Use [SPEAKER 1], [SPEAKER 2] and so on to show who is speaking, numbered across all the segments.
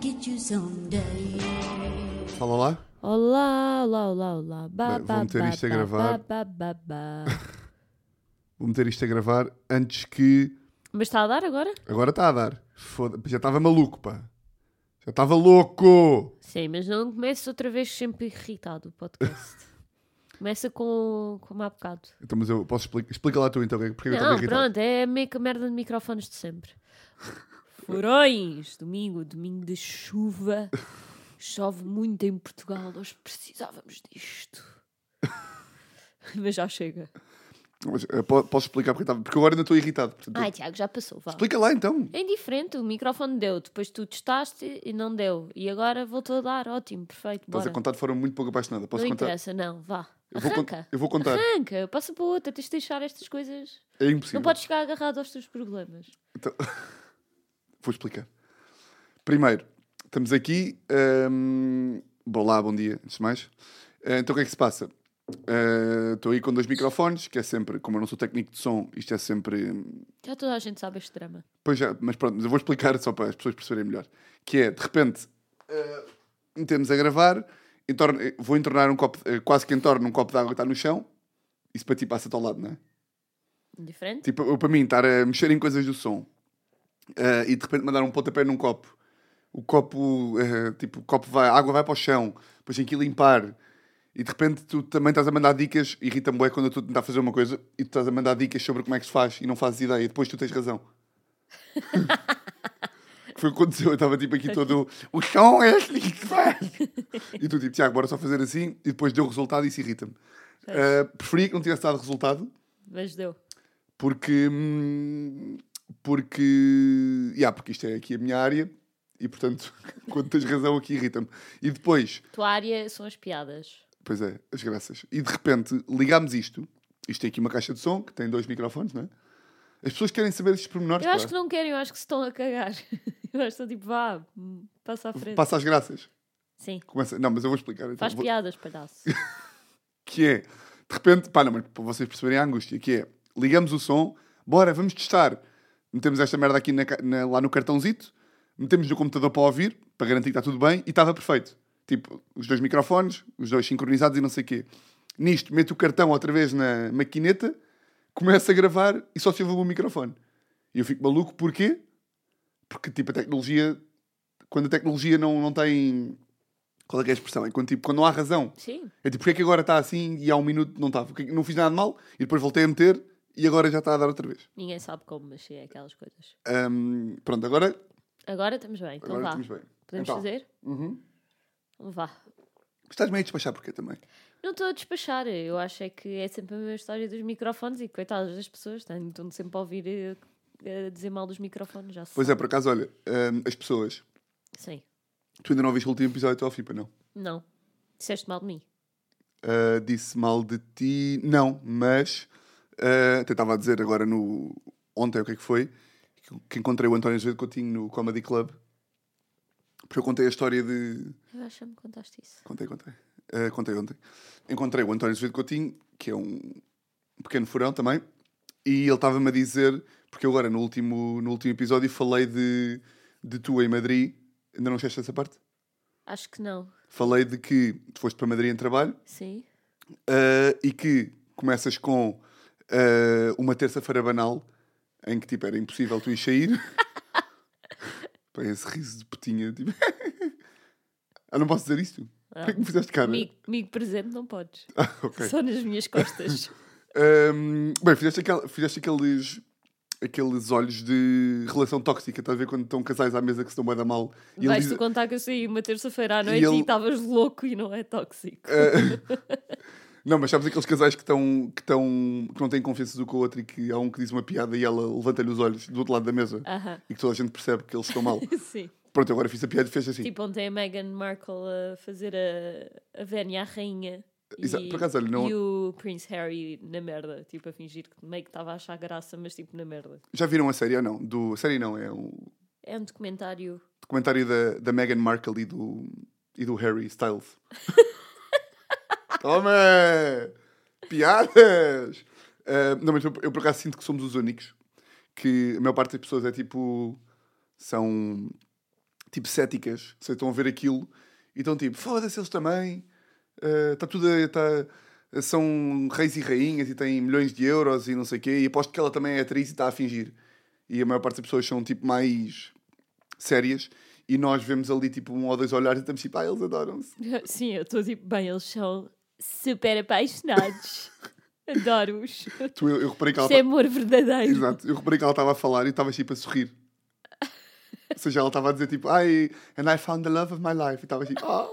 [SPEAKER 1] get you someday.
[SPEAKER 2] Fala lá.
[SPEAKER 3] Olá, olá, olá, olá. Ba,
[SPEAKER 2] Bem,
[SPEAKER 3] ba,
[SPEAKER 2] vamos ter
[SPEAKER 3] ba,
[SPEAKER 2] isto a
[SPEAKER 3] ba,
[SPEAKER 2] gravar.
[SPEAKER 3] ba, ba, ba, ba.
[SPEAKER 2] Vou meter isto a gravar antes que.
[SPEAKER 3] Mas está a dar agora?
[SPEAKER 2] Agora está a dar. Foda Já estava maluco, pá. Já estava louco.
[SPEAKER 3] Sim, mas não comeces outra vez sempre irritado o podcast. Começa com, como há bocado.
[SPEAKER 2] Então, mas eu posso explicar. Explica lá tu então porque é que eu estava
[SPEAKER 3] Não,
[SPEAKER 2] irritado.
[SPEAKER 3] pronto, é meio que a merda de microfones de sempre. Furões! Domingo, domingo de chuva. Chove muito em Portugal, nós precisávamos disto. Mas já chega.
[SPEAKER 2] Mas, eh, po- posso explicar porque estava. Porque agora ainda estou irritado. portanto,
[SPEAKER 3] Ai, Tiago, já passou, vá.
[SPEAKER 2] Explica lá então.
[SPEAKER 3] É indiferente, o microfone deu, depois tu testaste e não deu. E agora voltou a dar, ótimo, perfeito,
[SPEAKER 2] Estás
[SPEAKER 3] bora.
[SPEAKER 2] a contar de forma muito pouco apaixonada. Posso
[SPEAKER 3] não
[SPEAKER 2] contar?
[SPEAKER 3] interessa, não, vá.
[SPEAKER 2] Eu vou, con-
[SPEAKER 3] Arranca,
[SPEAKER 2] eu vou contar.
[SPEAKER 3] arranca, passa para outra, tens de deixar estas coisas.
[SPEAKER 2] É impossível.
[SPEAKER 3] Não podes ficar agarrado aos teus problemas.
[SPEAKER 2] Então, vou explicar. Primeiro, estamos aqui. hum, bom lá, bom dia, antes de mais. Eh, então, o que é que se passa? Eh, Estou aí com dois microfones, que é sempre, como eu não sou técnico de som, isto é sempre. hum,
[SPEAKER 3] Já toda a gente sabe este drama.
[SPEAKER 2] Pois já, mas pronto, mas eu vou explicar só para as pessoas perceberem melhor. Que é, de repente, eh, metemos a gravar, entorno- eh, vou entornar um copo, eh, quase que entorno um copo de água que está no chão, isso para ti passa-te ao lado, não é?
[SPEAKER 3] Indiferente?
[SPEAKER 2] Tipo, eu, para mim, estar a mexer em coisas do som eh, e de repente mandar um pontapé num copo. O copo, eh, tipo, o copo vai, a água vai para o chão, depois tem que ir limpar. E de repente tu também estás a mandar dicas, irrita-me bué quando eu estou a tentar fazer uma coisa e tu estás a mandar dicas sobre como é que se faz e não fazes ideia. E depois tu tens razão. Foi o que aconteceu, eu estava tipo aqui todo, o chão é assim que se faz. E tu tipo, Tiago, bora só fazer assim e depois deu resultado e isso irrita-me. Eh, preferia que não tivesse dado resultado,
[SPEAKER 3] Mas deu.
[SPEAKER 2] porque hum, porque yeah, porque isto é aqui a minha área e portanto quando tens razão aqui irrita-me e depois
[SPEAKER 3] Tua área são as piadas.
[SPEAKER 2] pois é as graças e de repente ligámos isto isto tem aqui uma caixa de som que tem dois microfones não é? as pessoas querem saber estes pormenores
[SPEAKER 3] Eu acho
[SPEAKER 2] pá.
[SPEAKER 3] que não querem, eu acho que se estão a cagar. Eu acho que estão tipo, vá, hum, passa à frente.
[SPEAKER 2] passa as graças
[SPEAKER 3] Sim,
[SPEAKER 2] começa não mas eu vou explicar então.
[SPEAKER 3] faz
[SPEAKER 2] Vou-
[SPEAKER 3] piadas, palhaço.
[SPEAKER 2] que é, de repente, pá, não, mas para vocês perceberem a angústia, que é, ligamos o som, bora, vamos testar. Metemos esta merda aqui na ca- na- lá no cartãozito, metemos no computador para ouvir, para garantir que está tudo bem, e estava perfeito. Tipo, os dois microfones, os dois sincronizados e não sei o quê. Nisto, meto o cartão outra vez na maquineta, começo a gravar e só se ouve o meu microfone. E eu fico maluco, porquê? Porque, tipo, a tecnologia... Quando a tecnologia não, não tem... Qual é que é a expressão? É quando, tipo, quando não há razão.
[SPEAKER 3] Sim,
[SPEAKER 2] É tipo, porque é que agora está assim e há um minuto não estava? Porque Não fiz nada de mal e depois voltei a meter e agora já está a dar outra vez.
[SPEAKER 3] ninguém sabe como, mas sim, é aquelas coisas.
[SPEAKER 2] Ahm, pronto, agora,
[SPEAKER 3] Agora estamos bem, então
[SPEAKER 2] agora
[SPEAKER 3] vá.
[SPEAKER 2] estamos bem.
[SPEAKER 3] Podemos
[SPEAKER 2] Então,
[SPEAKER 3] fazer?
[SPEAKER 2] Uhum.
[SPEAKER 3] Então Vá.
[SPEAKER 2] Estás meio a despachar porque também.
[SPEAKER 3] Não estou a despachar, eu acho é que é sempre a mesma história dos microfones e coitadas das pessoas, têm- estão sempre a ouvir eh, eh, dizer mal dos microfones, já se
[SPEAKER 2] Pois é,
[SPEAKER 3] sabe.
[SPEAKER 2] por acaso, olha, ahm, as pessoas.
[SPEAKER 3] Sim,
[SPEAKER 2] Tu ainda não viste o último episódio do FIPA, não?
[SPEAKER 3] não. Disseste mal de mim.
[SPEAKER 2] Ah, disse mal de ti, não, mas. ah, até estava a dizer agora no. Ontem, o que é que foi? Que, que encontrei o António Azevedo Coutinho no Comedy Club. Porque eu contei a história de.
[SPEAKER 3] Eu acho que me contaste isso.
[SPEAKER 2] Contei, contei. Eh, contei ontem. Encontrei o António Azevedo Coutinho, que é um pequeno furão também, e ele estava-me a dizer, porque eu agora no último, no último episódio falei de, de tu em Madrid, ainda não chegaste a essa parte?
[SPEAKER 3] Acho que não.
[SPEAKER 2] Falei de que tu foste para Madrid em trabalho
[SPEAKER 3] Sim.
[SPEAKER 2] eh, e que começas com eh, uma terça-feira banal, em que tipo, era impossível tu ir sair. Pá, Esse riso de putinha, tipo... Ah, não posso dizer isto? Por que é que me fizeste cara?
[SPEAKER 3] Comigo, comigo presente não podes.
[SPEAKER 2] Ok.
[SPEAKER 3] Só nas minhas costas.
[SPEAKER 2] Hum, bem, fizeste, aquela- fizeste aqueles, aqueles olhos de relação tóxica, estás a ver quando estão casais à mesa que se estão bem da mal. E ele
[SPEAKER 3] Vais-te
[SPEAKER 2] diz,
[SPEAKER 3] contar que eu saí uma terça-feira à noite
[SPEAKER 2] ele- Eh,
[SPEAKER 3] e estavas louco e não é tóxico.
[SPEAKER 2] não, mas sabes aqueles casais que, estão, que, estão, que não têm confiança do com o outro e que há um que diz uma piada e ela levanta-lhe os olhos do outro lado da mesa
[SPEAKER 3] Aham.
[SPEAKER 2] e que toda a gente percebe que eles estão mal.
[SPEAKER 3] Sim.
[SPEAKER 2] Pronto, eu agora fiz a piada e fez assim.
[SPEAKER 3] Tipo, ontem a Meghan Markle a fazer a, a Vénia à rainha. E,
[SPEAKER 2] Exato, por acaso, olha, não- é-
[SPEAKER 3] e o Prince Harry na merda, tipo, a fingir que meio que estava a achar graça, mas tipo na merda.
[SPEAKER 2] Já viram a série ou não? Do, a série não, é um
[SPEAKER 3] É um documentário.
[SPEAKER 2] documentário da, da Meghan Markle e do, e do Harry Styles. Toma! Piadas! Ah, não, mas eu, eu por acaso sinto que somos os únicos. Que a maior parte das pessoas é tipo. São. tipo céticas, que estão a ver aquilo e estão tipo, foda-se eles também, eh, está tudo a, tá- são reis e rainhas e têm milhões de euros e não sei o quê, e aposto que ela também é atriz e está a fingir. E a maior parte das pessoas são tipo mais sérias e nós vemos ali tipo um ou dois olhares e estamos tipo, ah, eles adoram-se.
[SPEAKER 3] Sim, eu estou tipo, bem, eles são super apaixonados. Adoro-os.
[SPEAKER 2] Tu, Eu, eu reparei que ela
[SPEAKER 3] Isto é amor verdadeiro.
[SPEAKER 2] Exato, eu reparei que ela estava a falar e estava tipo a sorrir. Ou seja, ela estava a dizer tipo, ai, and I found the love of my life. E estava tipo, oh.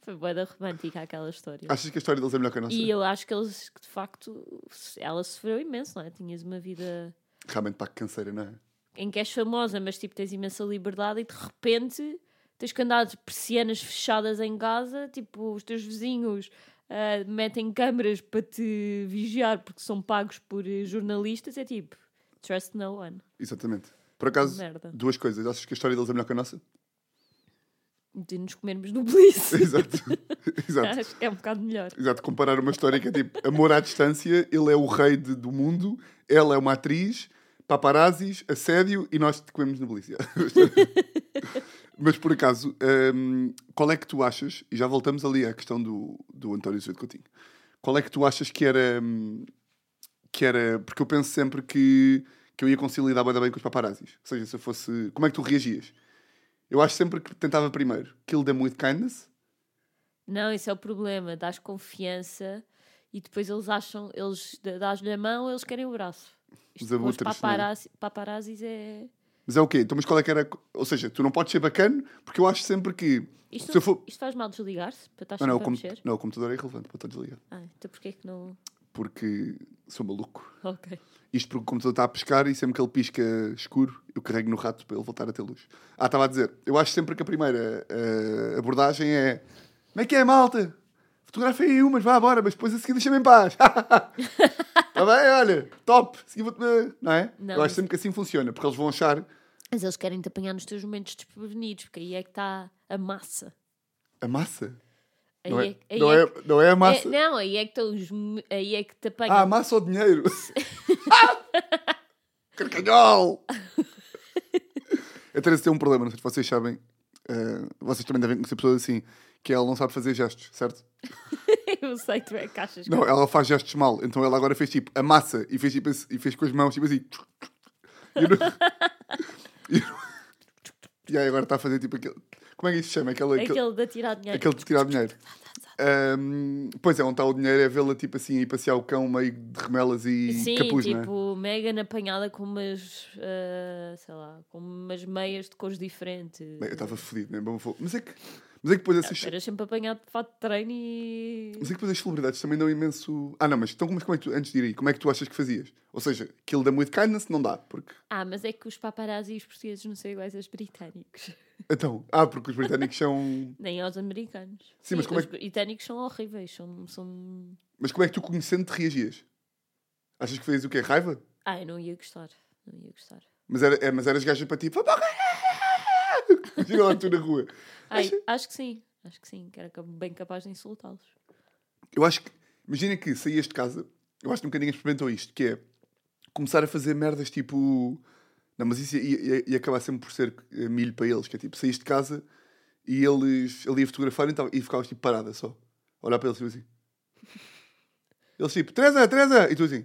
[SPEAKER 3] Foi boa da romântica aquela história.
[SPEAKER 2] Achas que a história deles é melhor que a nossa?
[SPEAKER 3] E eu acho que eles, que de facto, ela sofreu imenso, não é? Tinhas uma vida
[SPEAKER 2] Realmente, pá, que canseira, não é?
[SPEAKER 3] em que és famosa, mas tipo tens imensa liberdade e de repente tens que andar de persianas fechadas em casa, tipo os teus vizinhos ah, metem câmaras para te vigiar porque são pagos por eh, jornalistas, é tipo trust no one.
[SPEAKER 2] Exatamente. Por acaso,
[SPEAKER 3] Merda.
[SPEAKER 2] duas coisas. Achas que a história deles é melhor que a nossa?
[SPEAKER 3] De nos comermos no polícia.
[SPEAKER 2] Exato. Exato.
[SPEAKER 3] Acho que é um bocado melhor.
[SPEAKER 2] Exato. Comparar uma história que é tipo, amor à distância, ele é o rei de- do mundo, ela é uma atriz, paparazzis, assédio e nós te comemos na polícia. Mas por acaso, hum, qual é que tu achas, e já voltamos ali à questão do, do António José de Coutinho, qual é que tu achas que era. hum, que era porque eu penso sempre que, que eu ia conseguir lidar bem, bem com os paparazzis. Ou seja, se eu fosse. Como é que tu reagias? Eu acho sempre que tentava primeiro kill them with kindness.
[SPEAKER 3] Não, esse é o problema, dás confiança e depois eles acham, eles d- dás-lhe a mão, eles querem o braço.
[SPEAKER 2] Os
[SPEAKER 3] Isto com os
[SPEAKER 2] abutres, não é?
[SPEAKER 3] paparazzi, paparazzis é
[SPEAKER 2] Mas é o quê? Então, mas qual é que era. Ou seja, tu não podes ser bacana, porque eu acho sempre que.
[SPEAKER 3] Isto,
[SPEAKER 2] se eu for...
[SPEAKER 3] isto faz mal desligar-se para estar
[SPEAKER 2] Ah, não,
[SPEAKER 3] sempre
[SPEAKER 2] o
[SPEAKER 3] a
[SPEAKER 2] com-
[SPEAKER 3] mexer?
[SPEAKER 2] não, o computador é irrelevante, pode estar desligado.
[SPEAKER 3] Ah, então porquê que não...
[SPEAKER 2] Porque sou maluco.
[SPEAKER 3] Ok.
[SPEAKER 2] Isto porque o computador está a pescar e sempre que ele pisca escuro, eu carrego no rato para ele voltar a ter luz. Ah, estava a dizer, eu acho sempre que a primeira eh, abordagem é como é que é, malta? Fotografei aí umas, vá embora, mas depois a seguir deixa-me em paz. Está bem? Olha, top. Seguir vou-te... Não é?
[SPEAKER 3] Não,
[SPEAKER 2] eu
[SPEAKER 3] mas-
[SPEAKER 2] acho sempre que assim funciona, porque eles vão achar
[SPEAKER 3] Mas eles querem te apanhar nos teus momentos desprevenidos, porque aí é que está a massa.
[SPEAKER 2] a massa.
[SPEAKER 3] Aí
[SPEAKER 2] Não
[SPEAKER 3] é-
[SPEAKER 2] é,
[SPEAKER 3] aí
[SPEAKER 2] não
[SPEAKER 3] é
[SPEAKER 2] é, não é a
[SPEAKER 3] que-
[SPEAKER 2] massa.
[SPEAKER 3] é- não, aí é que estão os... me- Aí é que te apanham.
[SPEAKER 2] Ah, a massa ou dinheiro? Carcanhol! A Teresa tem um problema, não sei se vocês sabem. eh, vocês também devem conhecer pessoas assim, que ela não sabe fazer gestos, certo?
[SPEAKER 3] Eu sei, tu é que achas que...
[SPEAKER 2] Não, ela faz gestos mal, então ela agora fez tipo a massa e fez, tipo, assim- e fez com as mãos, tipo assim. E eu não- e eu não- E aí agora está a fazer tipo aquele. Como é que isso se chama? Aquela, aquele-
[SPEAKER 3] Aquele de atirar dinheiro.
[SPEAKER 2] Aquele de tirar dinheiro. Ahm, pois é, onde está o dinheiro é vê-la tipo assim e passear o cão meio de remelas e
[SPEAKER 3] Sim,
[SPEAKER 2] capuz, não é?
[SPEAKER 3] tipo, Megan apanhada com umas, ah, sei lá, com umas meias de cores diferentes.
[SPEAKER 2] Bem, eu estava fodido, né? Bom, vou- Mas é que, mas é que depois essas.
[SPEAKER 3] Era sempre apanhado de fato de treino e...
[SPEAKER 2] Mas é que depois as celebridades também dão imenso. Ah, não, mas então, mas como é que tu, antes de ir aí, como é que tu achas que fazias? Ou seja, kill them with kindness não dá, porque.
[SPEAKER 3] Ah, mas é que os paparazzi e os portugueses não são iguais aos britânicos.
[SPEAKER 2] Então, ah, porque os britânicos são.
[SPEAKER 3] Nem aos americanos.
[SPEAKER 2] Sim, mas como é
[SPEAKER 3] os britânicos são horríveis. São, são...
[SPEAKER 2] Mas como é que tu conhecendo te reagias? Achas que fazias o quê? Raiva?
[SPEAKER 3] Ah, eu não ia gostar. Não ia gostar.
[SPEAKER 2] Mas, era, é, mas eras gaja para ti, vá para o- Imagina lá tu na rua.
[SPEAKER 3] Ai,
[SPEAKER 2] assim?
[SPEAKER 3] acho que sim. Acho que sim. Que era ca- bem capaz de insultá-los.
[SPEAKER 2] Eu acho que. Imagina que saías de casa, eu acho que nunca ninguém experimentou isto, que é começar a fazer merdas tipo. Não, mas isso ia, ia- ia acabar sempre por ser eh, milho para eles, que é tipo, saíste de casa e eles ali a fotografar e, tava- e ficavas tipo parada só. a Olhar para eles tipo assim. Eles tipo, Teresa, Teresa! E tu assim,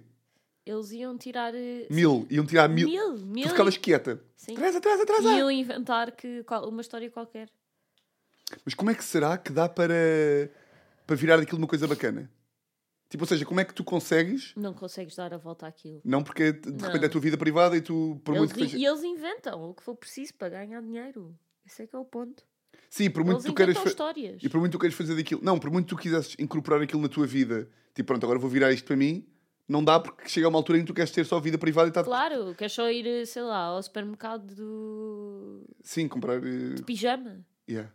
[SPEAKER 3] Eles iam tirar... eh,
[SPEAKER 2] mil, iam tirar mil.
[SPEAKER 3] Mil.
[SPEAKER 2] tu
[SPEAKER 3] Mil.
[SPEAKER 2] ficavas quieta.
[SPEAKER 3] Sim.
[SPEAKER 2] Teresa, Teresa,
[SPEAKER 3] E
[SPEAKER 2] Teresa!
[SPEAKER 3] iam inventar que, qual- uma história qualquer.
[SPEAKER 2] Mas como é que será que dá para, para virar daquilo uma coisa bacana? Tipo, ou seja, como é que tu consegues
[SPEAKER 3] Não consegues dar a volta àquilo.
[SPEAKER 2] Não porque de
[SPEAKER 3] Não.
[SPEAKER 2] repente é a tua vida privada e tu, por
[SPEAKER 3] Eles
[SPEAKER 2] muito
[SPEAKER 3] in-
[SPEAKER 2] que seja...
[SPEAKER 3] E eles inventam o que for preciso para ganhar dinheiro. Esse é que é o ponto.
[SPEAKER 2] Sim, por muito
[SPEAKER 3] eles
[SPEAKER 2] que tu
[SPEAKER 3] inventam
[SPEAKER 2] queiras... fa-
[SPEAKER 3] histórias.
[SPEAKER 2] E por muito que tu queiras fazer daquilo... Não, por muito que tu quisesses incorporar aquilo na tua vida, tipo, pronto, agora vou virar isto para mim, não dá porque chega a uma altura em que tu queres ter só vida privada e tá- está...
[SPEAKER 3] Claro, queres só ir, eh, sei lá, ao supermercado do...
[SPEAKER 2] Sim, comprar... eh,
[SPEAKER 3] de pijama.
[SPEAKER 2] Yeah.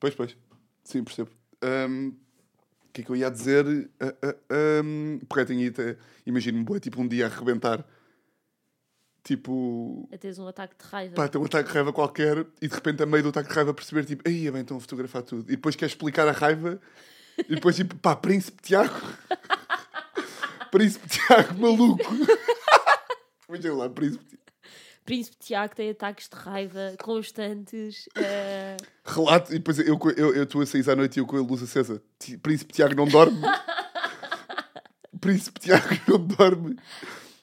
[SPEAKER 2] Pois, pois. Sim, percebo. Ahm, O que é que eu ia dizer? Ah, ah, ahm, Porque eu tenho ido... a- Imagino-me, bué, tipo, um dia a arrebentar. Tipo...
[SPEAKER 3] a teres um ataque de raiva.
[SPEAKER 2] pá, tem um ataque de raiva qualquer e de repente a meio do ataque de raiva perceber tipo, aí é bem, estão a fotografar tudo. E depois quer explicar a raiva e depois tipo, pá, Príncipe Tiago. Príncipe Tiago, maluco. Imagina lá, Príncipe Tiago.
[SPEAKER 3] Príncipe Tiago tem ataques de raiva constantes. eh,
[SPEAKER 2] Relato, e depois eu estou eu, eu, estou a sair à noite e eu com a luz acesa. Ti- Príncipe Tiago não dorme. Príncipe Tiago não dorme.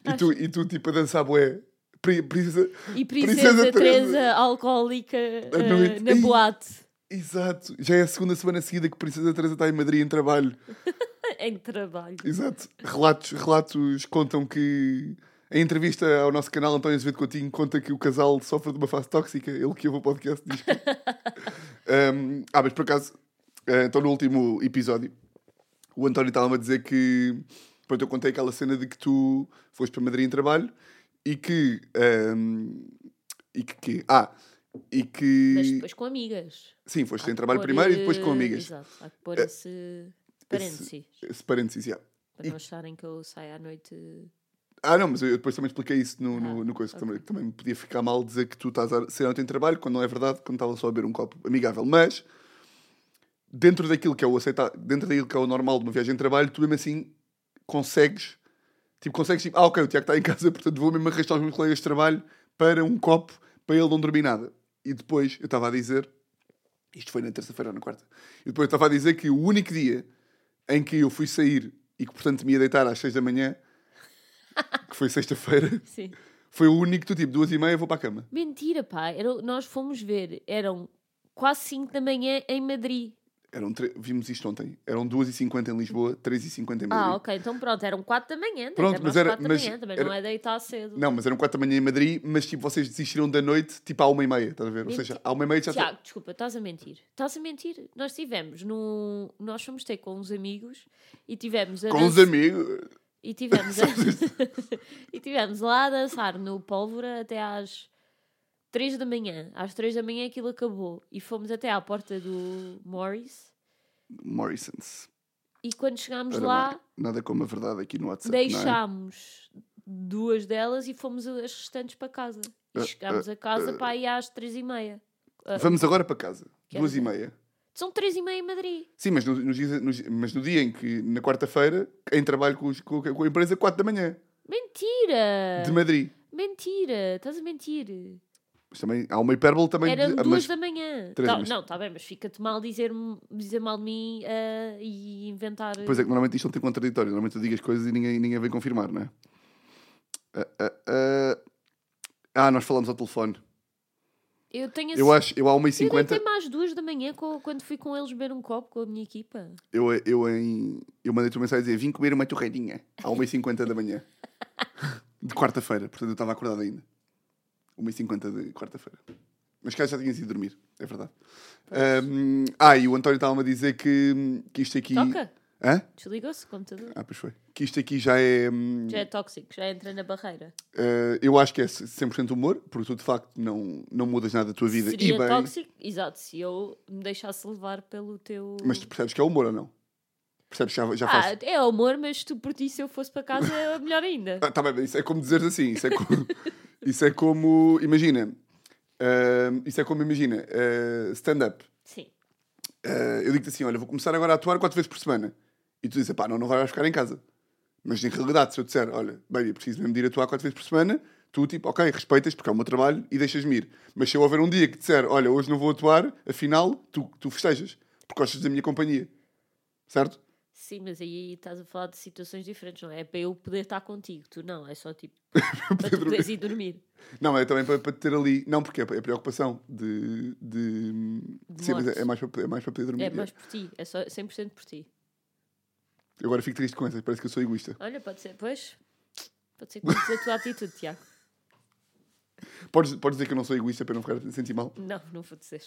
[SPEAKER 2] E tu, e tu tipo, a dançar bué. Pri- princesa...
[SPEAKER 3] e Princesa,
[SPEAKER 2] Princesa
[SPEAKER 3] Teresa,
[SPEAKER 2] Teresa.
[SPEAKER 3] alcoólica eh,
[SPEAKER 2] noite.
[SPEAKER 3] na
[SPEAKER 2] Ei.
[SPEAKER 3] boate.
[SPEAKER 2] Exato. Já é a segunda semana seguida que Princesa Teresa está em Madrid em trabalho.
[SPEAKER 3] em trabalho.
[SPEAKER 2] Exato. Relatos, relatos contam que... A entrevista ao nosso canal António Azevedo Coutinho conta que o casal sofre de uma fase tóxica. Ele que ouve o podcast diz que... Um, ah, mas por acaso... eh, Então no último episódio o António estava-me a dizer que. Pronto, eu contei aquela cena de que tu foste para Madrid em trabalho e que. ahm, e que, quê? Ah, e que.
[SPEAKER 3] Mas depois com amigas.
[SPEAKER 2] Sim, foste
[SPEAKER 3] Há
[SPEAKER 2] em
[SPEAKER 3] que
[SPEAKER 2] trabalho
[SPEAKER 3] pôr,
[SPEAKER 2] primeiro e depois com
[SPEAKER 3] eh,
[SPEAKER 2] amigas. Eh,
[SPEAKER 3] Exato, há que pôr esse parênteses.
[SPEAKER 2] Esse parênteses, yeah.
[SPEAKER 3] Para não acharem que eu saio à noite.
[SPEAKER 2] Ah, não, mas eu depois também expliquei isso no, no,
[SPEAKER 3] Ah,
[SPEAKER 2] no coisa.
[SPEAKER 3] ok.
[SPEAKER 2] Também, também me podia ficar mal dizer que tu estás a ser ontem em trabalho, quando não é verdade, quando estava só a beber um copo amigável. Mas, dentro daquilo que é o aceitar, dentro daquilo que é o normal de uma viagem de trabalho, tu mesmo assim consegues. Tipo, consegues, tipo, ah, ok, o Tiago está em casa, portanto vou mesmo arrastar os meus colegas de trabalho para um copo, para ele não dormir nada. E depois, eu estava a dizer, isto foi na terça-feira ou na quarta, e depois eu estava a dizer que o único dia em que eu fui sair e que, portanto, me ia deitar às seis da manhã, que foi sexta-feira,
[SPEAKER 3] Sim.
[SPEAKER 2] foi o único que tu, tipo, duas e meia, vou para a cama.
[SPEAKER 3] Mentira, pá. Era- nós fomos ver, eram quase 5 da manhã em Madrid.
[SPEAKER 2] Eram tre- Vimos isto ontem. Eram duas e cinquenta em Lisboa, três e cinquenta em Madrid.
[SPEAKER 3] Ah, ok, então pronto, eram 4 da manhã.
[SPEAKER 2] Pronto,
[SPEAKER 3] Pronto,
[SPEAKER 2] mas
[SPEAKER 3] mas
[SPEAKER 2] era-
[SPEAKER 3] 4 da
[SPEAKER 2] mas
[SPEAKER 3] manhã, também
[SPEAKER 2] era-
[SPEAKER 3] não é deitar cedo.
[SPEAKER 2] Não, mas eram quatro da manhã em Madrid, mas, tipo, vocês desistiram da noite, tipo, à uma e meia, estás a ver? Ou
[SPEAKER 3] Mentira.
[SPEAKER 2] seja, à uma e meia já...
[SPEAKER 3] Tiago, desculpa, estás a mentir. Estás a mentir. Nós tivemos num. Nós fomos ter com uns amigos e tivemos a
[SPEAKER 2] Com os
[SPEAKER 3] dançar-
[SPEAKER 2] amigos...
[SPEAKER 3] E tivemos, a- e tivemos lá a dançar no Pólvora até às 3 da manhã. Às 3 da manhã aquilo acabou. E fomos até à porta do Morris.
[SPEAKER 2] Morrisons.
[SPEAKER 3] E quando chegámos
[SPEAKER 2] Ora
[SPEAKER 3] lá,
[SPEAKER 2] bem, Nada como a verdade aqui no WhatsApp, não é?
[SPEAKER 3] deixámos duas delas e fomos as restantes para casa. E
[SPEAKER 2] Ah,
[SPEAKER 3] chegámos a casa para aí às 3 e meia. Ah,
[SPEAKER 2] Vamos agora para casa.
[SPEAKER 3] Quer
[SPEAKER 2] duas e
[SPEAKER 3] dizer-
[SPEAKER 2] meia.
[SPEAKER 3] São 3 e meia em Madrid.
[SPEAKER 2] Sim, mas no, nos dias- nos- mas no dia em que, na quarta-feira, em trabalho com, os- com- com a empresa, quatro da manhã,
[SPEAKER 3] Mentira!
[SPEAKER 2] de Madrid.
[SPEAKER 3] Mentira! Estás a mentir.
[SPEAKER 2] Mas também, há uma hipérbole também...
[SPEAKER 3] Eram
[SPEAKER 2] de-
[SPEAKER 3] duas
[SPEAKER 2] mas-
[SPEAKER 3] da manhã.
[SPEAKER 2] Três,
[SPEAKER 3] Tá-
[SPEAKER 2] mas-
[SPEAKER 3] Não, está bem, mas fica-te mal dizer, dizer mal de mim ah, e inventar.
[SPEAKER 2] Pois é que normalmente isto não tem contraditório. Normalmente eu digo as coisas e ninguém, ninguém vem confirmar, não é? Ah, ah, ah. Ah, nós falamos ao telefone.
[SPEAKER 3] Eu tenho
[SPEAKER 2] Eu
[SPEAKER 3] a
[SPEAKER 2] acho, eu há 1 e
[SPEAKER 3] eu
[SPEAKER 2] 50
[SPEAKER 3] deitei-me às duas da manhã co- quando fui com eles beber um copo com a minha equipa.
[SPEAKER 2] eu, eu, em- eu mandei-te uma mensagem a dizer vim comer uma torradinha. Há 1 e 50 da manhã. De quarta-feira, portanto eu estava acordado ainda. 1 e 50 de quarta-feira. Mas cá já tinhas ido dormir, é verdade. Ahm, ah, e o António estava-me a dizer que, que isto aqui.
[SPEAKER 3] Toca!
[SPEAKER 2] Hã?
[SPEAKER 3] Desligou-se o computador.
[SPEAKER 2] Ah, pois foi. Que isto aqui já é. hum,
[SPEAKER 3] Já é tóxico, já entra na barreira.
[SPEAKER 2] Uh, eu acho que é 100% humor, porque tu de facto não, não mudas nada da tua vida.
[SPEAKER 3] Seria
[SPEAKER 2] e bem,
[SPEAKER 3] tóxico, exato, se eu me deixasse levar pelo teu.
[SPEAKER 2] mas tu percebes que é humor ou não? Percebes que já, já
[SPEAKER 3] Ah,
[SPEAKER 2] faz.
[SPEAKER 3] é amor, mas tu por ti, se eu fosse para casa, é melhor ainda.
[SPEAKER 2] Ah, tá bem, mas isso é como dizeres assim. Isso é como. isso é como imagina. uh, isso é como imagina. uh, Stand-up.
[SPEAKER 3] Sim.
[SPEAKER 2] Uh, eu digo-te assim: olha, vou começar agora a atuar quatro vezes por semana. E tu dizes: pá, não, não vais ficar em casa. Mas em realidade, se eu disser: olha, baby, preciso mesmo de ir atuar quatro vezes por semana, tu, tipo, ok, respeitas porque é o meu trabalho e deixas-me ir. Mas se eu houver um dia que disser: olha, hoje não vou atuar, afinal, tu, tu festejas porque gostas da minha companhia. Certo?
[SPEAKER 3] Sim, mas aí estás a falar de situações diferentes, não é? É para eu poder estar contigo, tu não, é só tipo. para tu poderes ir dormir.
[SPEAKER 2] Não, é também para, para te ter ali. Não, porque é a preocupação de. de,
[SPEAKER 3] De
[SPEAKER 2] Sim, mas
[SPEAKER 3] morte.
[SPEAKER 2] é, é mais para, é mais para poder dormir.
[SPEAKER 3] É mais por ti, é só 100% por ti.
[SPEAKER 2] Eu Agora fico triste com essas, parece que eu sou egoísta.
[SPEAKER 3] Olha, pode ser, pois. Pode ser que mudes a tua atitude, Tiago.
[SPEAKER 2] Podes, podes dizer que eu não sou egoísta para não ficar a sentir mal?
[SPEAKER 3] Não, não vou dizer.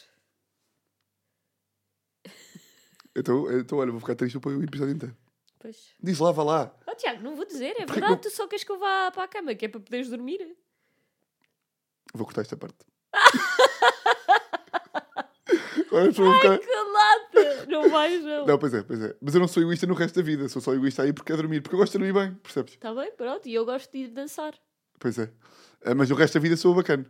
[SPEAKER 2] Então, então olha, vou ficar triste para o episódio inteiro.
[SPEAKER 3] Pois.
[SPEAKER 2] Diz lá, vá lá.
[SPEAKER 3] Oh, Tiago, não vou dizer, é
[SPEAKER 2] Porque
[SPEAKER 3] verdade,
[SPEAKER 2] não-
[SPEAKER 3] tu só queres que eu vá para a cama, que é para poderes dormir.
[SPEAKER 2] Vou cortar esta parte. Agora as pessoas vão ficar-
[SPEAKER 3] Que lata! Não vais, não.
[SPEAKER 2] um Não, pois é, pois é. Mas eu não sou egoísta no resto da vida, sou só egoísta aí porque é dormir, porque eu gosto de dormir bem, percebes?
[SPEAKER 3] Está Tá bem, pronto, e eu gosto de ir dançar.
[SPEAKER 2] Pois é. Ah, Mas no resto da vida sou bacana.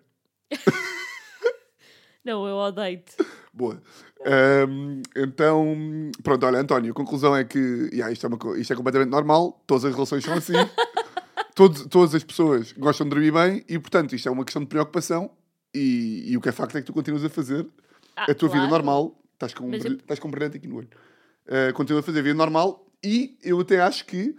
[SPEAKER 3] Não, eu odeio-te.
[SPEAKER 2] Boa. Ahm, então, pronto, olha, António, a conclusão é que yeah, isto, é uma co- isto é completamente normal, todas as relações são assim. todos- todas as pessoas gostam de dormir bem e, portanto, isto é uma questão de preocupação. E, e o que é facto é que tu continuas a fazer
[SPEAKER 3] Ah,
[SPEAKER 2] É a tua
[SPEAKER 3] claro.
[SPEAKER 2] vida normal. Estás com, um
[SPEAKER 3] Mas
[SPEAKER 2] brilho-
[SPEAKER 3] eu-
[SPEAKER 2] estás com um brilhante aqui no olho. Uh, continuas a fazer a vida normal e eu até acho que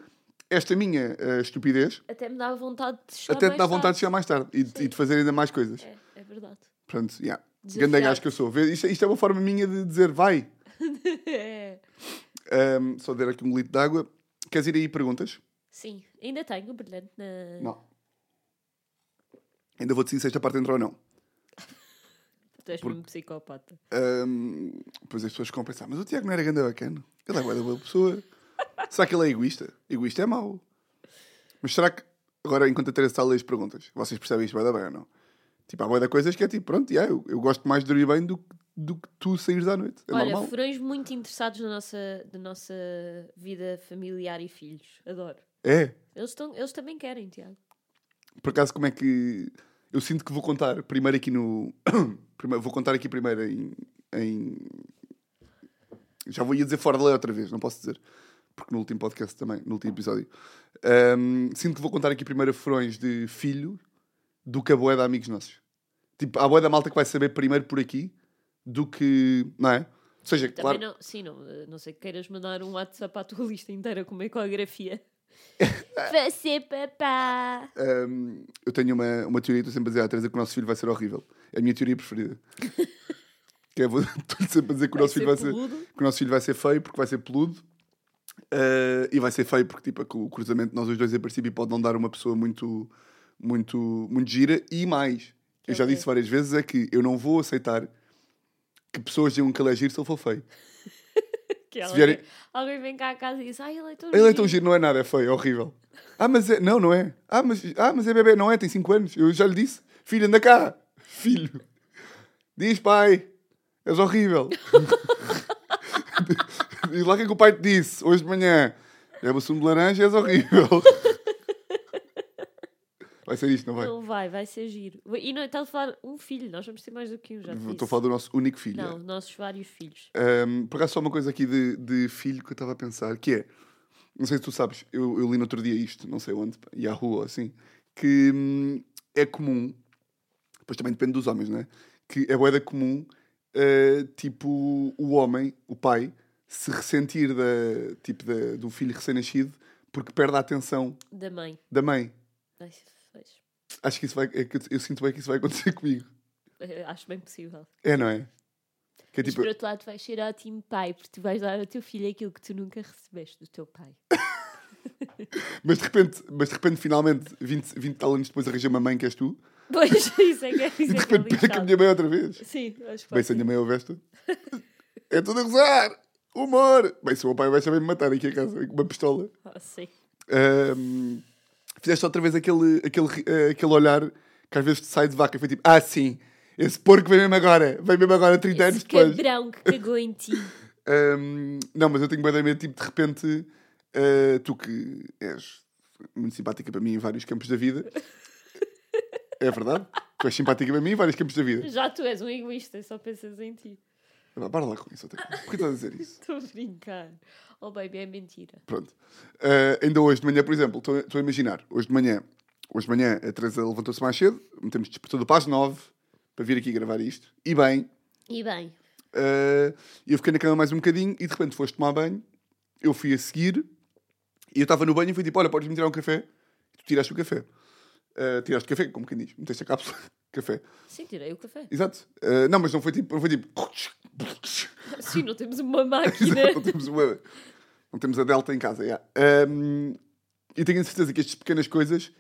[SPEAKER 2] esta minha uh, estupidez
[SPEAKER 3] Até me dá vontade de chegar
[SPEAKER 2] até te
[SPEAKER 3] mais
[SPEAKER 2] dá vontade de
[SPEAKER 3] tarde.
[SPEAKER 2] chegar mais tarde e, de- e de fazer ainda mais coisas.
[SPEAKER 3] É, é verdade.
[SPEAKER 2] Portanto, yeah.
[SPEAKER 3] Desafiar-te.
[SPEAKER 2] Ganda gajo que eu sou. Vê, Isto, isto é uma forma minha de dizer vai.
[SPEAKER 3] É.
[SPEAKER 2] Um, só der aqui um litro de água. Queres ir aí perguntas?
[SPEAKER 3] Sim, ainda tenho um brilhante na.
[SPEAKER 2] Não. Ainda vou decidir se esta parte entra ou não.
[SPEAKER 3] Tu és mesmo psicopata.
[SPEAKER 2] Hum, pois as pessoas ficam a pensar, mas o Tiago não era grande bacana. Ele é bué da boa pessoa. Será que ele é egoísta? Egoísta é mau. Mas será que, agora enquanto a Teresa está a ler as perguntas, vocês percebem isto bué da bem ou não? Tipo, há bué da coisas que é tipo, pronto, yeah, eu, eu gosto mais de dormir bem do, que- do que tu saíres da noite. É
[SPEAKER 3] Olha,
[SPEAKER 2] normal.
[SPEAKER 3] furões muito interessados na nossa, na nossa vida familiar e filhos. Adoro.
[SPEAKER 2] É.
[SPEAKER 3] Eles, estão, eles também querem, Tiago.
[SPEAKER 2] Por acaso, como é que... Eu sinto que vou contar primeiro aqui no... primeiro, vou contar aqui primeiro em... em... Já vou ia dizer fora da lei outra vez, não posso dizer. Porque no último podcast também, no último episódio. Hum, sinto que vou contar aqui primeiro a furões de filho do que a boé de amigos nossos. Tipo, a boé da malta que vai saber primeiro por aqui do que... Não é? Ou seja,
[SPEAKER 3] Também
[SPEAKER 2] claro...
[SPEAKER 3] não, sim, não, eh, não sei que queiras mandar um WhatsApp à tua lista inteira com uma ecografia. Vai ser papá!
[SPEAKER 2] Hum, eu tenho uma, uma teoria, estou sempre a dizer à Teresa que o nosso filho vai ser horrível. É a minha teoria preferida. que é, vou- estou sempre a dizer que o, nosso filho vai ser,
[SPEAKER 3] peludo.
[SPEAKER 2] que o nosso filho vai ser feio porque vai ser peludo. Ah, e vai ser feio porque, tipo, com o cruzamento de nós os dois em princípio pode não dar uma pessoa muito, muito, muito gira. E mais, eu já
[SPEAKER 3] Ok.
[SPEAKER 2] disse várias vezes, é que eu não vou aceitar que pessoas digam que ele é giro se ele for feio.
[SPEAKER 3] Que ela-
[SPEAKER 2] vierem-
[SPEAKER 3] Alguém vem cá à casa e diz: Ai, ele é tão
[SPEAKER 2] Ele é tão
[SPEAKER 3] giro."
[SPEAKER 2] giro, não é nada, é feio, é horrível. Ah, mas é... Não, não é. Ah mas... ah, mas é bebê, não é? Tem 5 anos. Eu já lhe disse. Filho, anda cá. Filho. Diz, pai. És horrível. Diz lá o que é que o pai te disse hoje de manhã. É o sumo de laranja, és horrível. Vai ser isto, não é? vai?
[SPEAKER 3] Não vai, vai ser giro. E não está a falar um filho, nós vamos ter mais do que um já. te
[SPEAKER 2] Estou a
[SPEAKER 3] disse.
[SPEAKER 2] falar do nosso único filho. é.
[SPEAKER 3] Não, nossos vários filhos.
[SPEAKER 2] Um, por acaso, só uma coisa aqui de, de filho que eu estava a pensar, que é, não sei se tu sabes, eu, eu li no outro dia isto, não sei onde, pá, Yahoo ou assim, que hum, é comum, depois também depende dos homens, não é? Que é boeda comum, uh, tipo, o homem, o pai, se ressentir da, tipo, da, do filho recém-nascido porque perde a atenção
[SPEAKER 3] Da mãe.
[SPEAKER 2] da mãe.
[SPEAKER 3] Ai, pois.
[SPEAKER 2] Acho que isso vai, é que eu, eu sinto bem que isso vai acontecer comigo.
[SPEAKER 3] Eh, Acho bem possível.
[SPEAKER 2] É, não é? Que é
[SPEAKER 3] Mas
[SPEAKER 2] tipo,
[SPEAKER 3] por outro lado, vais ser ótimo pai, porque tu vais dar ao teu filho aquilo que tu nunca recebeste do teu pai.
[SPEAKER 2] Mas de repente, mas de repente finalmente, 20, 20 tal anos depois, arranjei uma mãe que és tu
[SPEAKER 3] Pois, isso é que é isso
[SPEAKER 2] e de
[SPEAKER 3] é que é
[SPEAKER 2] repente perco a
[SPEAKER 3] lixado.
[SPEAKER 2] minha mãe outra vez.
[SPEAKER 3] Sim, acho que
[SPEAKER 2] Bem, se a
[SPEAKER 3] pode ser.
[SPEAKER 2] minha mãe ouveste, é tudo a gozar! Humor! Bem, se o meu pai vai também me matar aqui a casa com uma pistola.
[SPEAKER 3] Ah, sim.
[SPEAKER 2] Ahm, fizeste outra vez aquele, aquele, ri- eh, aquele olhar que às vezes te sai de vaca e foi tipo: Ah, sim, esse porco vem mesmo agora, vem mesmo agora 30 anos
[SPEAKER 3] Esse
[SPEAKER 2] depois.
[SPEAKER 3] cabrão que é cagou em ti.
[SPEAKER 2] Ahm, não, mas eu tenho bem medo, tipo, de repente, ah, tu que és muito simpática para mim em vários campos da vida. É verdade? Tu és simpática para mim em vários campos da vida.
[SPEAKER 3] Já tu és um egoísta, só pensas em ti.
[SPEAKER 2] Vá, Para lá com isso. outra coisa. Por que estás a dizer isso?
[SPEAKER 3] Estou a brincar. Oh, baby, é mentira.
[SPEAKER 2] Pronto. Ah, ainda hoje de manhã, por exemplo, estou estou a imaginar. Hoje de manhã, hoje de manhã a Teresa levantou-se mais cedo, metemos despertador para as nove para vir aqui gravar isto. E bem,
[SPEAKER 3] E bem,
[SPEAKER 2] Uh, eu fiquei na cama mais um bocadinho e de repente foste tomar banho. Eu fui a seguir e eu estava no banho e fui tipo: Olha, podes me tirar um café? E tu tiraste o café. Uh, tiraste o café, como quem diz, meteste a cápsula. café.
[SPEAKER 3] sim, tirei o café.
[SPEAKER 2] Exato. Uh, não, mas não foi tipo. Não foi tipo.
[SPEAKER 3] Sim, não temos uma máquina.
[SPEAKER 2] não, temos uma- não temos a Delta em casa. yeah. Um, e tenho a certeza que estas pequenas coisas,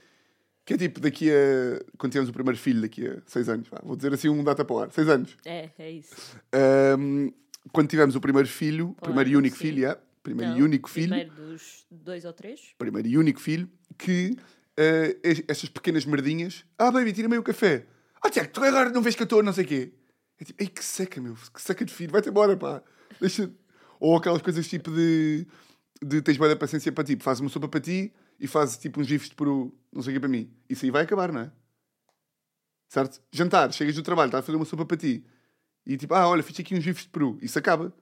[SPEAKER 2] que é tipo daqui a. Quando tivemos o primeiro filho, daqui a seis anos, vá, vou dizer assim um data para o ar, seis anos.
[SPEAKER 3] É, é isso.
[SPEAKER 2] Um, quando tivemos o primeiro filho, primeiro e
[SPEAKER 3] não
[SPEAKER 2] único
[SPEAKER 3] sei.
[SPEAKER 2] filho, é, primeiro
[SPEAKER 3] Não,
[SPEAKER 2] e único filho, primeiro.
[SPEAKER 3] Então, Primeiro dos dois ou três.
[SPEAKER 2] e único filho, que eh, es- estas pequenas merdinhas, ah, baby, tira-me aí o café. Ah, Tiago, tu agora não vês que eu estou, não sei o quê. É tipo, ei, que seca, meu, que seca de filho, vai-te embora, pá. Deixa... Ou aquelas coisas tipo de, de tens bem da paciência para ti, fazes uma sopa para ti e fazes tipo uns gifs de peru, não sei o quê para mim. Isso aí vai acabar, não é? Certo? Jantar, chegas do trabalho, estás a fazer uma sopa para ti e tipo, ah, olha, fiz aqui uns gifs de peru. Isso acaba.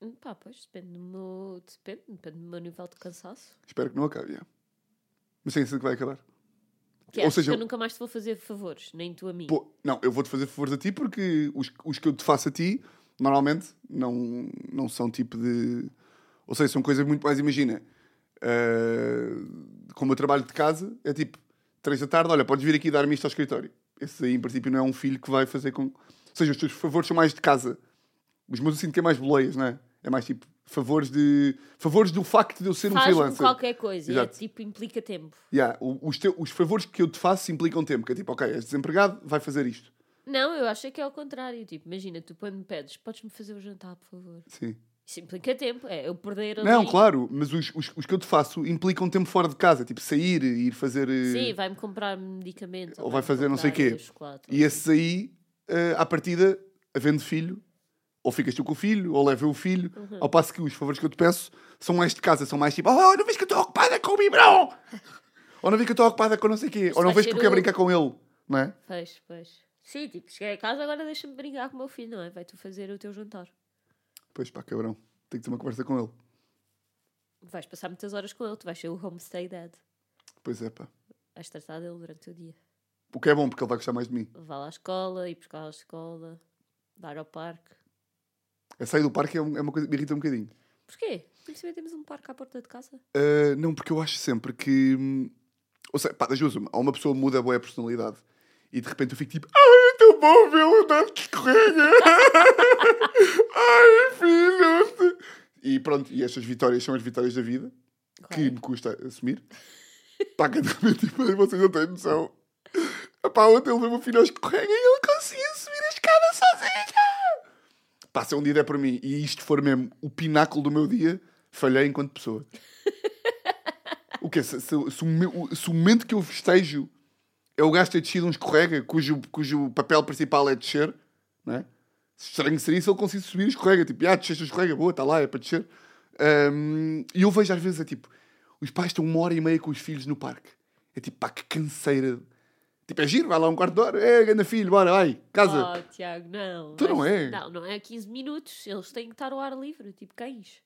[SPEAKER 3] Hum, Pá, pois, depende do meu, depende, depende do meu nível de cansaço.
[SPEAKER 2] Espero que não acabe, já. Mas sem sentido que vai acabar.
[SPEAKER 3] Que
[SPEAKER 2] Ou
[SPEAKER 3] achas
[SPEAKER 2] seja,
[SPEAKER 3] que eu
[SPEAKER 2] eu-
[SPEAKER 3] nunca mais te vou fazer favores, nem tu a mim.
[SPEAKER 2] Pô, não, eu vou-te fazer favores a ti porque os, os que eu te faço a ti, normalmente, não, não são tipo de. Ou seja, são coisas muito mais. Imagina, ah, como eu trabalho de casa, é tipo, três da tarde, olha, podes vir aqui dar-me isto ao escritório. Esse aí, em princípio, não é um filho que vai fazer com. Ou seja, os teus favores são mais de casa. Os meus eu sinto que é mais boleias, não é? É mais tipo favores de. Favores do facto de eu ser um
[SPEAKER 3] Faz-me
[SPEAKER 2] freelancer.
[SPEAKER 3] qualquer coisa, é,
[SPEAKER 2] Exato.
[SPEAKER 3] tipo, implica tempo.
[SPEAKER 2] Yeah, o- os, teu- os favores que eu te faço implicam tempo, que é tipo, ok, és desempregado, vai fazer isto.
[SPEAKER 3] Não, eu acho é que é ao contrário. Tipo, imagina, tu quando me pedes, podes-me fazer o jantar, por favor.
[SPEAKER 2] Sim.
[SPEAKER 3] Isso implica tempo, é eu perder ali.
[SPEAKER 2] Não, claro, mas os, os, os que eu te faço implicam tempo fora de casa, tipo sair, ir fazer. eh,
[SPEAKER 3] Sim, vai-me comprar medicamentos.
[SPEAKER 2] Ou vai
[SPEAKER 3] vai-me
[SPEAKER 2] fazer não sei
[SPEAKER 3] comprar
[SPEAKER 2] quê.
[SPEAKER 3] chocolate.
[SPEAKER 2] E é esses aí, eh, à partida, havendo filho, ou ficas tu com o filho, ou leva o filho,
[SPEAKER 3] Uhum.
[SPEAKER 2] ao passo que os favores que eu te peço são mais de casa, são mais tipo, oh, não vês que eu estou ocupada com o biberão! ou não vês que eu estou ocupada com não sei quê, ou não
[SPEAKER 3] vai
[SPEAKER 2] vês
[SPEAKER 3] ser
[SPEAKER 2] que eu quero
[SPEAKER 3] o-
[SPEAKER 2] brincar com ele, não é?
[SPEAKER 3] Pois, pois. Sim, tipo, cheguei a casa, agora deixa-me brincar com o meu filho, não é? Vai tu fazer o teu jantar.
[SPEAKER 2] Pois pá, cabrão, tenho que ter uma conversa com ele.
[SPEAKER 3] Vais passar muitas horas com ele, tu vais ser o homestay dad.
[SPEAKER 2] Pois é, pá.
[SPEAKER 3] Vais tratar dele durante o dia.
[SPEAKER 2] O que é bom, porque ele vai gostar mais de mim.
[SPEAKER 3] Levá-lo à escola, ir buscar à escola, dar ao parque.
[SPEAKER 2] A sair do parque é um- é uma coisa que me irrita um bocadinho.
[SPEAKER 3] Porquê? Principalmente temos um parque à porta de casa.
[SPEAKER 2] Uh, não, porque eu acho sempre que. hum, Ou seja, pá, das duas, uma. Ou uma pessoa muda boa a personalidade e de repente eu fico tipo, ai, é tão bom vê-lo andar de escorrega! ai, filho! E pronto, e estas vitórias são as vitórias da vida, que me custa assumir. Pá, que de repente tipo, vocês não têm noção. Pá, ontem eu levei o meu filho à escorrega e ele conseguiu subir a escada sozinho! Pá, se um dia der para mim e isto for mesmo o pináculo do meu dia, falhei enquanto pessoa. O quê? Se, se- se o me- o- se o momento que eu festejo é o gajo ter descido um escorrega, cujo, cujo papel principal é descer, não é? Estranho seria se ele conseguisse subir e escorrega. Tipo, ah, desceste o escorrega, boa, está lá, é para descer. Ahm, e eu vejo às vezes, é tipo, os pais estão uma hora e meia com os filhos no parque. É tipo, pá, que canseira. Tipo, é giro, vai lá um quarto de hora. É, ganda filho, bora, vai, casa.
[SPEAKER 3] Oh, Tiago, não.
[SPEAKER 2] Tu não
[SPEAKER 3] Mas-
[SPEAKER 2] é?
[SPEAKER 3] Não, não é 15 minutos. Eles têm que estar ao ar livre, tipo cães.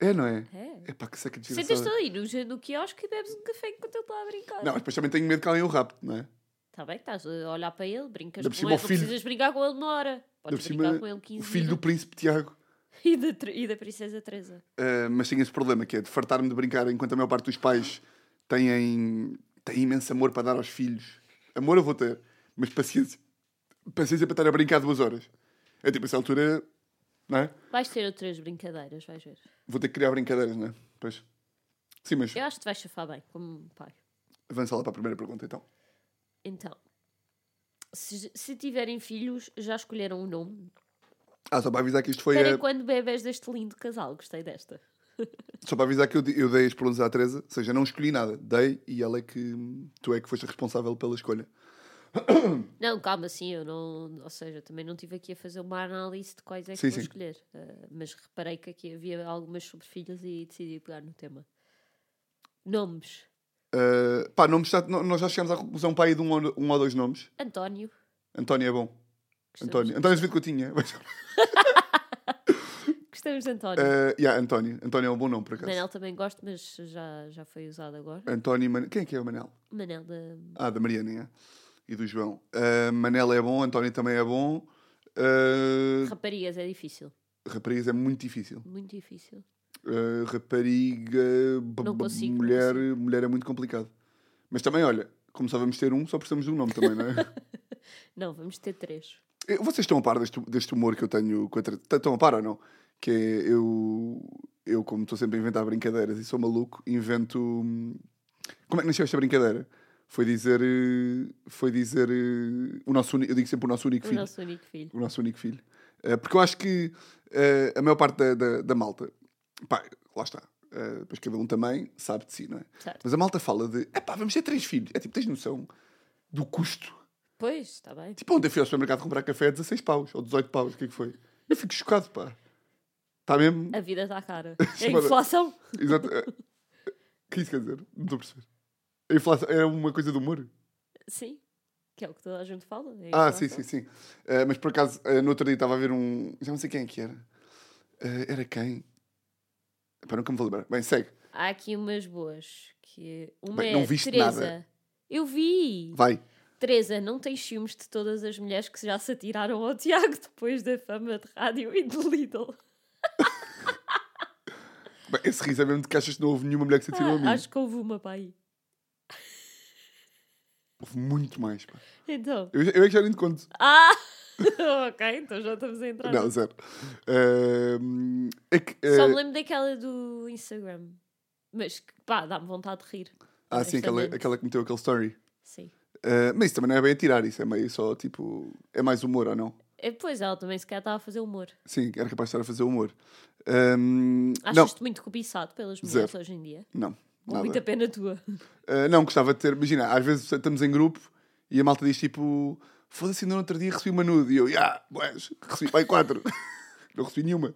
[SPEAKER 2] É, não é?
[SPEAKER 3] É.
[SPEAKER 2] É pá, que seca
[SPEAKER 3] Sentas-te
[SPEAKER 2] desgraçada.
[SPEAKER 3] ali no, no quiosque e bebes um café enquanto ele está a brincar.
[SPEAKER 2] Não, mas depois também tenho medo que alguém o rapte, não é?
[SPEAKER 3] Está bem, estás a olhar para ele, brincas
[SPEAKER 2] Ainda
[SPEAKER 3] com
[SPEAKER 2] por cima
[SPEAKER 3] ele. Não
[SPEAKER 2] o filho-
[SPEAKER 3] precisas brincar com ele uma hora.
[SPEAKER 2] Ainda por
[SPEAKER 3] Podes
[SPEAKER 2] cima,
[SPEAKER 3] brincar com ele 15
[SPEAKER 2] o filho do
[SPEAKER 3] minutos.
[SPEAKER 2] príncipe Tiago.
[SPEAKER 3] E da, Tre- e da princesa Teresa.
[SPEAKER 2] Uh, mas tenho esse problema que é de fartar-me de brincar enquanto a maior parte dos pais têm, têm imenso amor para dar aos filhos. Amor eu vou ter, mas paciência. Paciência para estar a brincar duas horas. É tipo, essa altura, não é?
[SPEAKER 3] Vais ter outras brincadeiras, vais ver.
[SPEAKER 2] Vou ter que criar brincadeiras, não é? Pois. Sim, mas
[SPEAKER 3] Eu acho que te vais chafar bem, como um pai.
[SPEAKER 2] avança lá para a primeira pergunta então.
[SPEAKER 3] Então, se, se tiverem filhos, já escolheram o nome?
[SPEAKER 2] Ah, só para avisar que isto foi
[SPEAKER 3] Para
[SPEAKER 2] a...
[SPEAKER 3] quando bebés deste lindo casal? Gostei desta.
[SPEAKER 2] Só para avisar que eu, di- eu dei as perguntas à Teresa, ou seja, não escolhi nada. Dei e ela é que. Tu é que foste responsável pela escolha.
[SPEAKER 3] Não, calma, sim, eu não. Ou seja, também não estive aqui a fazer uma análise de quais é que
[SPEAKER 2] Sim,
[SPEAKER 3] vou
[SPEAKER 2] sim.
[SPEAKER 3] escolher. Ah, mas reparei que aqui havia algumas sobrefinhas e decidi pegar no tema. Nomes:
[SPEAKER 2] Uh, pá, nomes, já- no- nós já chegámos à conclusão para aí de um ou- um ou dois nomes.
[SPEAKER 3] António.
[SPEAKER 2] António é bom.
[SPEAKER 3] Gostamos,
[SPEAKER 2] António. António Azevedo Coutinho. é?
[SPEAKER 3] Gostamos de António.
[SPEAKER 2] Eh, yeah, António. António é um bom nome, por acaso.
[SPEAKER 3] Manel também gosto, mas já, já foi usado agora.
[SPEAKER 2] António e Man... Quem é que é o Manel?
[SPEAKER 3] Manel da.
[SPEAKER 2] Ah, da Mariana, é? E do João. Eh, Manel é bom, António também é bom. Eh,
[SPEAKER 3] Raparigas é difícil.
[SPEAKER 2] raparigas é muito difícil.
[SPEAKER 3] Muito difícil.
[SPEAKER 2] Eh, rapariga... b-
[SPEAKER 3] Não
[SPEAKER 2] b-
[SPEAKER 3] consigo, não
[SPEAKER 2] mulher, mulher é muito complicado. Mas também, olha, como só vamos ter um, só precisamos de um nome também, não é?
[SPEAKER 3] Não, vamos ter três.
[SPEAKER 2] Eh, Vocês estão a par deste, deste humor que eu tenho com a tra- Estão a par ou não? Que é eu, eu como estou sempre a inventar brincadeiras e sou maluco, invento. hum, Como é que nasceu esta brincadeira? Foi dizer. eh, Foi dizer. eh, O nosso, uni- eu digo sempre o nosso único
[SPEAKER 3] O
[SPEAKER 2] filho.
[SPEAKER 3] nosso único filho.
[SPEAKER 2] O nosso único filho. Eh, porque eu acho que eh, a maior parte da, da, da malta. Pá, lá está. Eh, Depois cada um também sabe de si, não é?
[SPEAKER 3] Certo.
[SPEAKER 2] Mas a malta fala de. Epá, vamos ter três filhos. É tipo, tens noção do custo
[SPEAKER 3] Pois, está bem.
[SPEAKER 2] Tipo, ontem fui ao supermercado comprar café a 16 paus ou 18 paus, o que é que foi? Eu fico chocado, pá. Está mesmo.
[SPEAKER 3] A vida está cara. É
[SPEAKER 2] Chamada-
[SPEAKER 3] inflação.
[SPEAKER 2] Exato. é. O que isso quer dizer? Não estou a perceber. A inflação era uma coisa do humor?
[SPEAKER 3] Sim. Que é o que toda a gente fala. é
[SPEAKER 2] Ah, sim,
[SPEAKER 3] inflação.
[SPEAKER 2] sim, sim. Ah, mas por acaso, ah, no outro dia estava a ver Eh, um. Já não sei quem é que era. Ah, era quem? Pá, nunca me vou lembrar. Bem, segue.
[SPEAKER 3] Há aqui umas boas. Que uma
[SPEAKER 2] Bem,
[SPEAKER 3] é
[SPEAKER 2] não viste
[SPEAKER 3] Teresa.
[SPEAKER 2] nada.
[SPEAKER 3] Eu vi.
[SPEAKER 2] Vai.
[SPEAKER 3] Teresa, não tens ciúmes de todas as mulheres que já se atiraram ao Tiago depois da fama de rádio e de Lidl.
[SPEAKER 2] Bem, esse riso é mesmo de que achas que não houve nenhuma mulher que se atirou a mim.
[SPEAKER 3] Ah, acho que houve uma para aí.
[SPEAKER 2] Houve muito mais, pá.
[SPEAKER 3] Então.
[SPEAKER 2] Eu, eu é que já nem te conto.
[SPEAKER 3] Ah! ok, então já estamos a entrar.
[SPEAKER 2] Não, zero. Ahm, é que,
[SPEAKER 3] Só
[SPEAKER 2] eh,
[SPEAKER 3] me lembro daquela do Instagram. Mas que, pá, dá-me vontade de rir.
[SPEAKER 2] ah, sim, aquela,
[SPEAKER 3] honestamente.
[SPEAKER 2] aquela que meteu aquele story.
[SPEAKER 3] Sim.
[SPEAKER 2] Ah, mas isso também não é bem atirar, isso é meio só tipo. É mais humor ou não?
[SPEAKER 3] E depois Eh, ela também se calhar estava a fazer humor.
[SPEAKER 2] Sim, era capaz de estar a fazer humor. Ahm, não,
[SPEAKER 3] Achas-te muito cobiçado pelas mulheres hoje em dia.
[SPEAKER 2] não.
[SPEAKER 3] Com
[SPEAKER 2] nada.
[SPEAKER 3] muita pena tua.
[SPEAKER 2] Uh, não, gostava de ter. Imagina, às vezes estamos em grupo e a malta diz tipo: Foda-se, ainda no outro dia recebi uma nude. E eu, ah, boés, recebi bem quatro. não recebi nenhuma.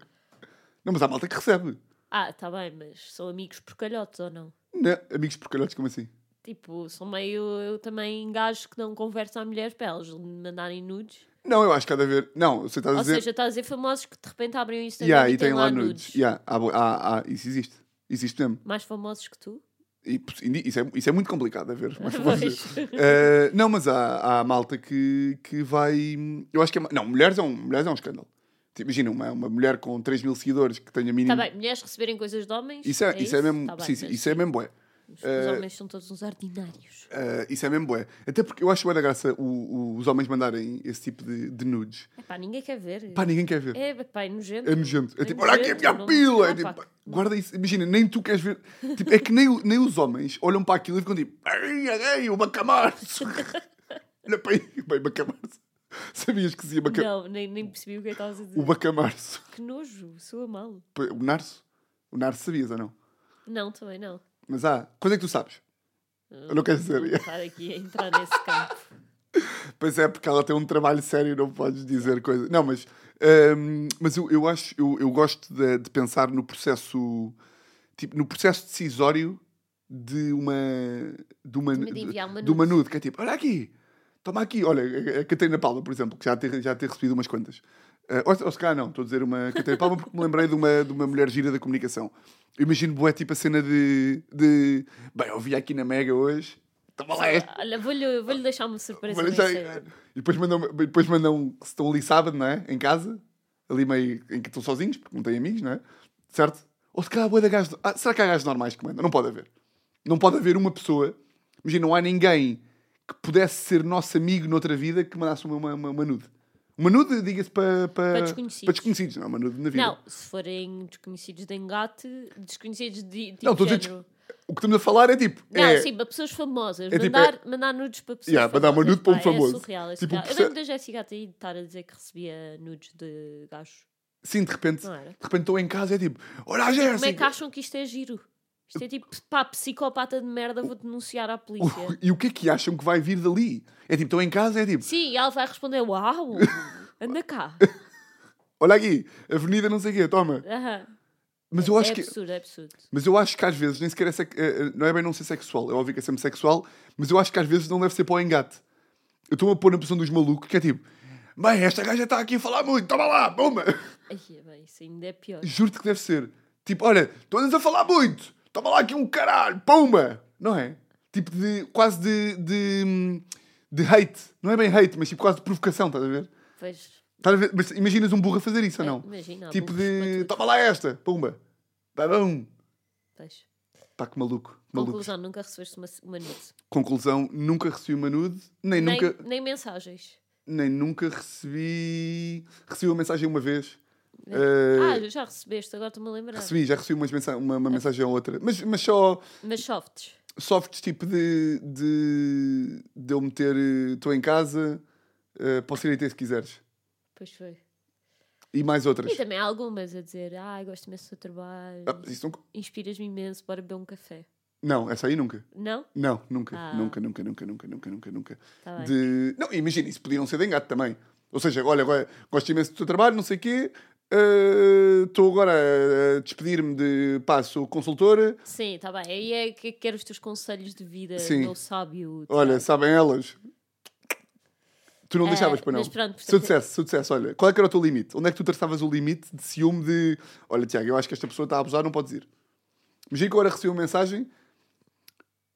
[SPEAKER 2] Não, mas há malta que recebe.
[SPEAKER 3] Ah, tá bem, mas são amigos porcalhotes ou não?
[SPEAKER 2] Não, amigos porcalhotes, como assim?
[SPEAKER 3] Tipo, são meio. Eu também gajo que não converso a mulheres para elas me mandarem nudes.
[SPEAKER 2] Não, eu acho que há de haver. Não, você está a
[SPEAKER 3] Ou
[SPEAKER 2] dizer.
[SPEAKER 3] seja, estás a dizer famosos que de repente abrem o Instagram
[SPEAKER 2] yeah,
[SPEAKER 3] e,
[SPEAKER 2] e
[SPEAKER 3] têm
[SPEAKER 2] tem lá nudes. Yeah, há, bo- há, há, isso existe. Existe mesmo.
[SPEAKER 3] Mais famosos que tu?
[SPEAKER 2] E, poss- e isso, é, isso é muito complicado a ver. mas vou
[SPEAKER 3] Pois.
[SPEAKER 2] dizer. Uh, não, mas há, há malta que, que vai. Eu acho que é. ma- Não, mulheres é um, mulheres é um escândalo. Tipo, Imagina uma, uma mulher com 3 mil seguidores que tenha mínimo.
[SPEAKER 3] Está Tá bem, mulheres receberem coisas de homens.
[SPEAKER 2] Isso é, isso? é mesmo.
[SPEAKER 3] Tá bem,
[SPEAKER 2] sim, sim,
[SPEAKER 3] mas
[SPEAKER 2] isso é mesmo bué.
[SPEAKER 3] Os,
[SPEAKER 2] eh,
[SPEAKER 3] os homens são todos uns ordinários.
[SPEAKER 2] Ah, isso é mesmo bué. Até porque eu acho bué da graça o- o- os homens mandarem esse tipo de, de nudes.
[SPEAKER 3] Epá, ninguém quer ver.
[SPEAKER 2] Pá, ninguém quer ver. É,
[SPEAKER 3] É, pá, é nojento.
[SPEAKER 2] nojento. É tipo,
[SPEAKER 3] nojento,
[SPEAKER 2] olha aqui a minha
[SPEAKER 3] não-
[SPEAKER 2] pila! É
[SPEAKER 3] Ah,
[SPEAKER 2] tipo,
[SPEAKER 3] pá.
[SPEAKER 2] guarda isso. Imagina, nem tu queres ver. Tipo, é que nem, o- nem os homens olham para aquilo e ficam tipo, ai, ai, o bacamarço! olha para aí, bem, bacamarço. Sabias que se ia baca...
[SPEAKER 3] Não, nem, nem percebi o que é que estavas a dizer.
[SPEAKER 2] o bacamarço?
[SPEAKER 3] Que nojo, soa mal.
[SPEAKER 2] O narço? O narço sabias ou não?
[SPEAKER 3] Não, também não.
[SPEAKER 2] Mas há, quando é que tu sabes? Eu não quero saber.
[SPEAKER 3] Vou estar aqui a entrar nesse campo.
[SPEAKER 2] Pois é, porque ela tem um trabalho sério, não podes dizer coisa. Não, mas, hum, mas eu, eu acho, eu, eu gosto de, de pensar no processo, tipo, no processo decisório de uma, de uma,
[SPEAKER 3] De me enviar uma
[SPEAKER 2] de uma nude, que é tipo, olha aqui, toma aqui, olha, a- a Catarina Palma, por exemplo, que já tem, já tem recebido umas quantas. Ah, ou, ou se calhar não, estou a dizer uma Catarina Palma porque me lembrei de uma, de uma mulher gira da comunicação. Eu imagino, boé, tipo a cena de, de, bem, eu vi aqui na Mega hoje, toma lá esta.
[SPEAKER 3] Olha, vou-lhe vou deixar uma surpresa no
[SPEAKER 2] Mas já-
[SPEAKER 3] Instagram.
[SPEAKER 2] e depois mandam, e depois mandam se estão ali sábado, não é? Em casa, ali meio em que estão sozinhos, porque não têm amigos, não é? Certo? Ou se calhar há bué de gajos. ah, será que há gajos normais que mandam? Não pode haver. Não pode haver uma pessoa. Imagina, não há ninguém que pudesse ser nosso amigo noutra vida que mandasse uma, uma, uma, uma nude. Uma nude, diga-se, para, para,
[SPEAKER 3] Para desconhecidos.
[SPEAKER 2] eh, para desconhecidos, não, é uma nude na vida.
[SPEAKER 3] Não, se forem desconhecidos de engate, desconhecidos de tipo
[SPEAKER 2] Não, estou a dizer
[SPEAKER 3] género.
[SPEAKER 2] O que estamos a falar é tipo.
[SPEAKER 3] Não,
[SPEAKER 2] é,
[SPEAKER 3] sim, para pessoas famosas.
[SPEAKER 2] é tipo,
[SPEAKER 3] mandar, mandar nudes para pessoas
[SPEAKER 2] Yeah, mandar uma
[SPEAKER 3] famosas,
[SPEAKER 2] nude para um
[SPEAKER 3] pá,
[SPEAKER 2] famoso.
[SPEAKER 3] É surreal, é
[SPEAKER 2] Tipo, o
[SPEAKER 3] surreal. Eu
[SPEAKER 2] proce-
[SPEAKER 3] lembro da Jéssica até aí estar a dizer que recebia nudes de gajos.
[SPEAKER 2] Sim, de repente,
[SPEAKER 3] Não era?
[SPEAKER 2] de repente estou em casa e é tipo. Olha a
[SPEAKER 3] Como é que
[SPEAKER 2] Jéssica!
[SPEAKER 3] acham que isto é giro? Isto é tipo, pá, psicopata de merda, vou denunciar à polícia.
[SPEAKER 2] E o que é que acham que vai vir dali? É tipo, estão em casa, é tipo.
[SPEAKER 3] Sim, e ela vai responder: Uau, anda cá.
[SPEAKER 2] Olha aqui, avenida não sei o quê, toma.
[SPEAKER 3] Aham.
[SPEAKER 2] Mas eu acho
[SPEAKER 3] é
[SPEAKER 2] que.
[SPEAKER 3] absurdo, é absurdo.
[SPEAKER 2] Mas eu acho que às vezes nem sequer é sec... eh, eh, Não é bem não ser sexual, é óbvio que é sempre sexual, mas eu acho que às vezes não deve ser para o engate. Eu estou a pôr na posição dos malucos que é tipo, bem, esta gaja está aqui a falar muito, toma lá, bomba!
[SPEAKER 3] Ai, é bem, isso ainda é pior.
[SPEAKER 2] Juro-te que deve ser. Tipo, olha, tu andas a falar muito, toma lá aqui um caralho, pomba! Não é? Tipo de. quase de. de, de hate. Não é bem hate, mas tipo quase de provocação, estás a ver?
[SPEAKER 3] Pois,
[SPEAKER 2] Estás a ver? Mas imaginas um burro a fazer isso ou
[SPEAKER 3] É,
[SPEAKER 2] não?
[SPEAKER 3] imagina, há
[SPEAKER 2] tipo
[SPEAKER 3] burros para
[SPEAKER 2] de.
[SPEAKER 3] tudo.
[SPEAKER 2] Toma lá esta! Pumba! Vai bom!
[SPEAKER 3] pois.
[SPEAKER 2] Pá, que maluco. maluco. Conclusão.
[SPEAKER 3] Conclusão: nunca recebeste uma, uma nude.
[SPEAKER 2] nunca recebi uma nude, nem,
[SPEAKER 3] Nem,
[SPEAKER 2] nunca
[SPEAKER 3] nem mensagens.
[SPEAKER 2] nem nunca recebi. Recebi uma mensagem uma vez.
[SPEAKER 3] Ah,
[SPEAKER 2] Eh,
[SPEAKER 3] já É. recebeste, agora estou-me a lembrar.
[SPEAKER 2] recebi, já recebi umas mensa uma, uma mensagem ou outra. Mas, mas só
[SPEAKER 3] Mas softs.
[SPEAKER 2] softs tipo de. de, de eu meter. Estou em casa, eh, posso ir aí ter se quiseres.
[SPEAKER 3] Pois foi.
[SPEAKER 2] E mais outras.
[SPEAKER 3] E também há algumas a dizer: Ai, gosto imenso do teu trabalho,
[SPEAKER 2] Ah, isso nunca-
[SPEAKER 3] inspiras-me imenso, bora beber um café.
[SPEAKER 2] Não, essa aí nunca.
[SPEAKER 3] Não?
[SPEAKER 2] Não, nunca,
[SPEAKER 3] Ah.
[SPEAKER 2] nunca, nunca, nunca, nunca, nunca, nunca, nunca.
[SPEAKER 3] Tá bem.
[SPEAKER 2] de... Não, imagina, isso podia não ser de engate também. Ou seja, olha, agora gosto imenso do teu trabalho, não sei o quê, eh, estou agora a despedir-me de, pá, sou consultora,
[SPEAKER 3] Sim, está bem. Aí é que quero os teus conselhos de vida,
[SPEAKER 2] Sim.
[SPEAKER 3] meu sábio.
[SPEAKER 2] olha, sabem elas. Tu não
[SPEAKER 3] Eh,
[SPEAKER 2] deixavas para não.
[SPEAKER 3] mas pronto,
[SPEAKER 2] se eu
[SPEAKER 3] portanto-
[SPEAKER 2] dissesse, se eu dissesse, olha, qual é que era o teu limite? Onde é que tu traçavas o limite de ciúme de, olha, Tiago, eu acho que esta pessoa está a abusar, não podes ir. Imagina que agora recebi uma mensagem.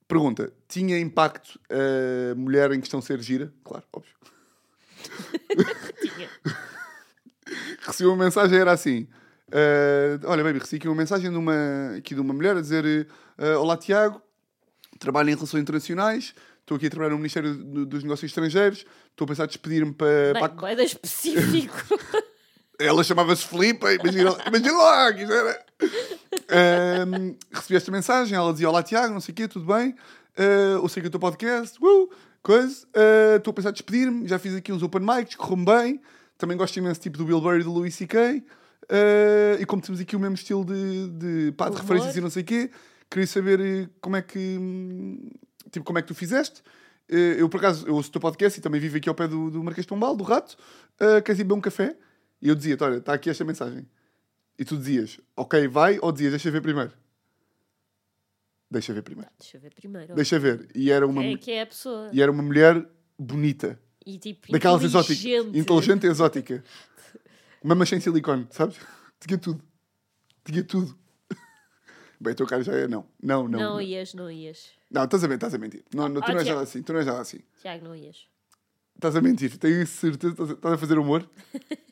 [SPEAKER 2] Pergunta: tinha impacto a mulher em questão ser gira? Claro, óbvio.
[SPEAKER 3] Tinha.
[SPEAKER 2] recebi uma mensagem, era assim. eh, olha, baby, recebi aqui uma mensagem de uma, aqui de uma mulher a dizer eh, Olá, Tiago, trabalho em relações internacionais, estou aqui a trabalhar no Ministério do- dos Negócios Estrangeiros, estou a pensar em despedir-me para...
[SPEAKER 3] Bem,
[SPEAKER 2] para-
[SPEAKER 3] boeda específico.
[SPEAKER 2] Ela chamava-se Filipa, imagina, imagina lá, que isso era... Ehm, recebi esta mensagem, ela dizia Olá, Tiago, não sei o quê, tudo bem? Eh, eu sei que o teu podcast, uh, coisa, eh, estou a pensar em despedir-me, já fiz aqui uns open mics, correu-me bem, também gosto imenso tipo do Bill Burr e do Louis C.K., eh, e como temos aqui o mesmo estilo de, de, pá, de
[SPEAKER 3] Humor.
[SPEAKER 2] referências e não sei o quê, queria saber eh, como é que, hum, tipo, como é que tu fizeste. Eh, eu, por acaso, eu ouço o teu podcast e também vivo aqui ao pé do, do Marquês de Pombal, do Rato, Eh, queres ir beber um café? E eu dizia, olha, está aqui esta mensagem. E tu dizias, ok, vai, ou dizias, deixa ver primeiro. Deixa ver primeiro.
[SPEAKER 3] Deixa eu ver primeiro.
[SPEAKER 2] Deixa ver. E era uma,
[SPEAKER 3] Quem é
[SPEAKER 2] mu-
[SPEAKER 3] que é a pessoa?
[SPEAKER 2] e era uma mulher bonita.
[SPEAKER 3] E tipo,
[SPEAKER 2] Daquelas exóticas.
[SPEAKER 3] inteligente.
[SPEAKER 2] Inteligente e exótica. Mamas sem silicone, sabes? Tinha tudo. Tinha tudo. Bem, o teu cara já é não. Não, não.
[SPEAKER 3] Não,
[SPEAKER 2] Não,
[SPEAKER 3] ias, não ias.
[SPEAKER 2] Não, estás a mentir, estás a mentir. Não, não, tu
[SPEAKER 3] Ah,
[SPEAKER 2] não és
[SPEAKER 3] Tiago.
[SPEAKER 2] nada assim, tu não és nada assim.
[SPEAKER 3] Tiago, não ias.
[SPEAKER 2] Estás a mentir, tenho certeza, estás a- estás a fazer humor?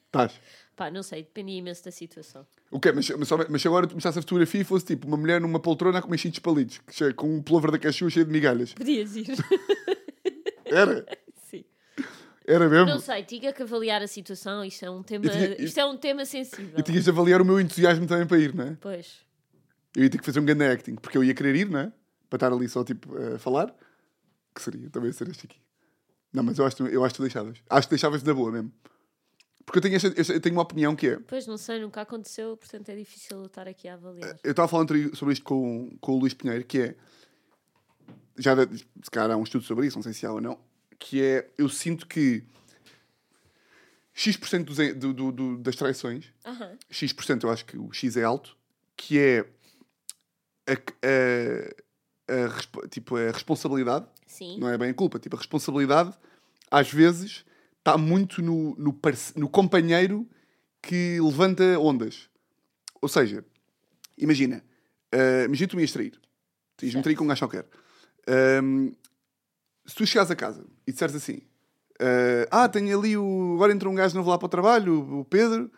[SPEAKER 2] Estás.
[SPEAKER 3] Pá, não sei, dependia imenso da situação.
[SPEAKER 2] O quê? Mas, mas, só- mas se agora tu começasse a fotografia e fosse tipo uma mulher numa poltrona a comer cheio de palitos, que cheio- com um plover da cachorro cheio de migalhas.
[SPEAKER 3] Podias ir.
[SPEAKER 2] Era,
[SPEAKER 3] Sim.
[SPEAKER 2] era
[SPEAKER 3] Não
[SPEAKER 2] mesmo.
[SPEAKER 3] sei, tinha que avaliar a situação. Isto é um tema,
[SPEAKER 2] Eu Hum. tinha- eu-
[SPEAKER 3] isto é um tema sensível.
[SPEAKER 2] E tinhas de avaliar o meu entusiasmo também para ir, não é?
[SPEAKER 3] Pois.
[SPEAKER 2] Eu ia ter que fazer um grande acting, porque eu ia querer ir, não é? Para estar ali só tipo a falar. Que seria, também ia ser este aqui. Não, mas eu acho, eu acho que tu deixavas. Acho que deixavas da boa mesmo. Porque eu tenho, esta- esta- eu tenho uma opinião que é.
[SPEAKER 3] Pois, não sei, nunca aconteceu, portanto é difícil eu estar aqui a avaliar.
[SPEAKER 2] Eu estava falando tri- sobre isto com, com o Luís Pinheiro, que é. Já, de- se calhar há um estudo sobre isso, não sei se há ou não. Que é. Eu sinto que. X% dos, en- do, do- do- das traições.
[SPEAKER 3] Aham.
[SPEAKER 2] X%, eu acho que o X é alto. Que é. A, c- a- a respo- tipo, a responsabilidade.
[SPEAKER 3] Sim.
[SPEAKER 2] Não é bem a culpa. Tipo, a responsabilidade, às vezes, está muito no, no, parce- no companheiro que levanta ondas. Ou seja, imagina, ah, imagina que tu me ias trair. Tu ias me trair com um gajo qualquer. Ahm, se tu chegares a casa e disseres assim: Ah, ah, tenho ali o. Agora entrou um gajo novo lá para o trabalho, o- o Pedro,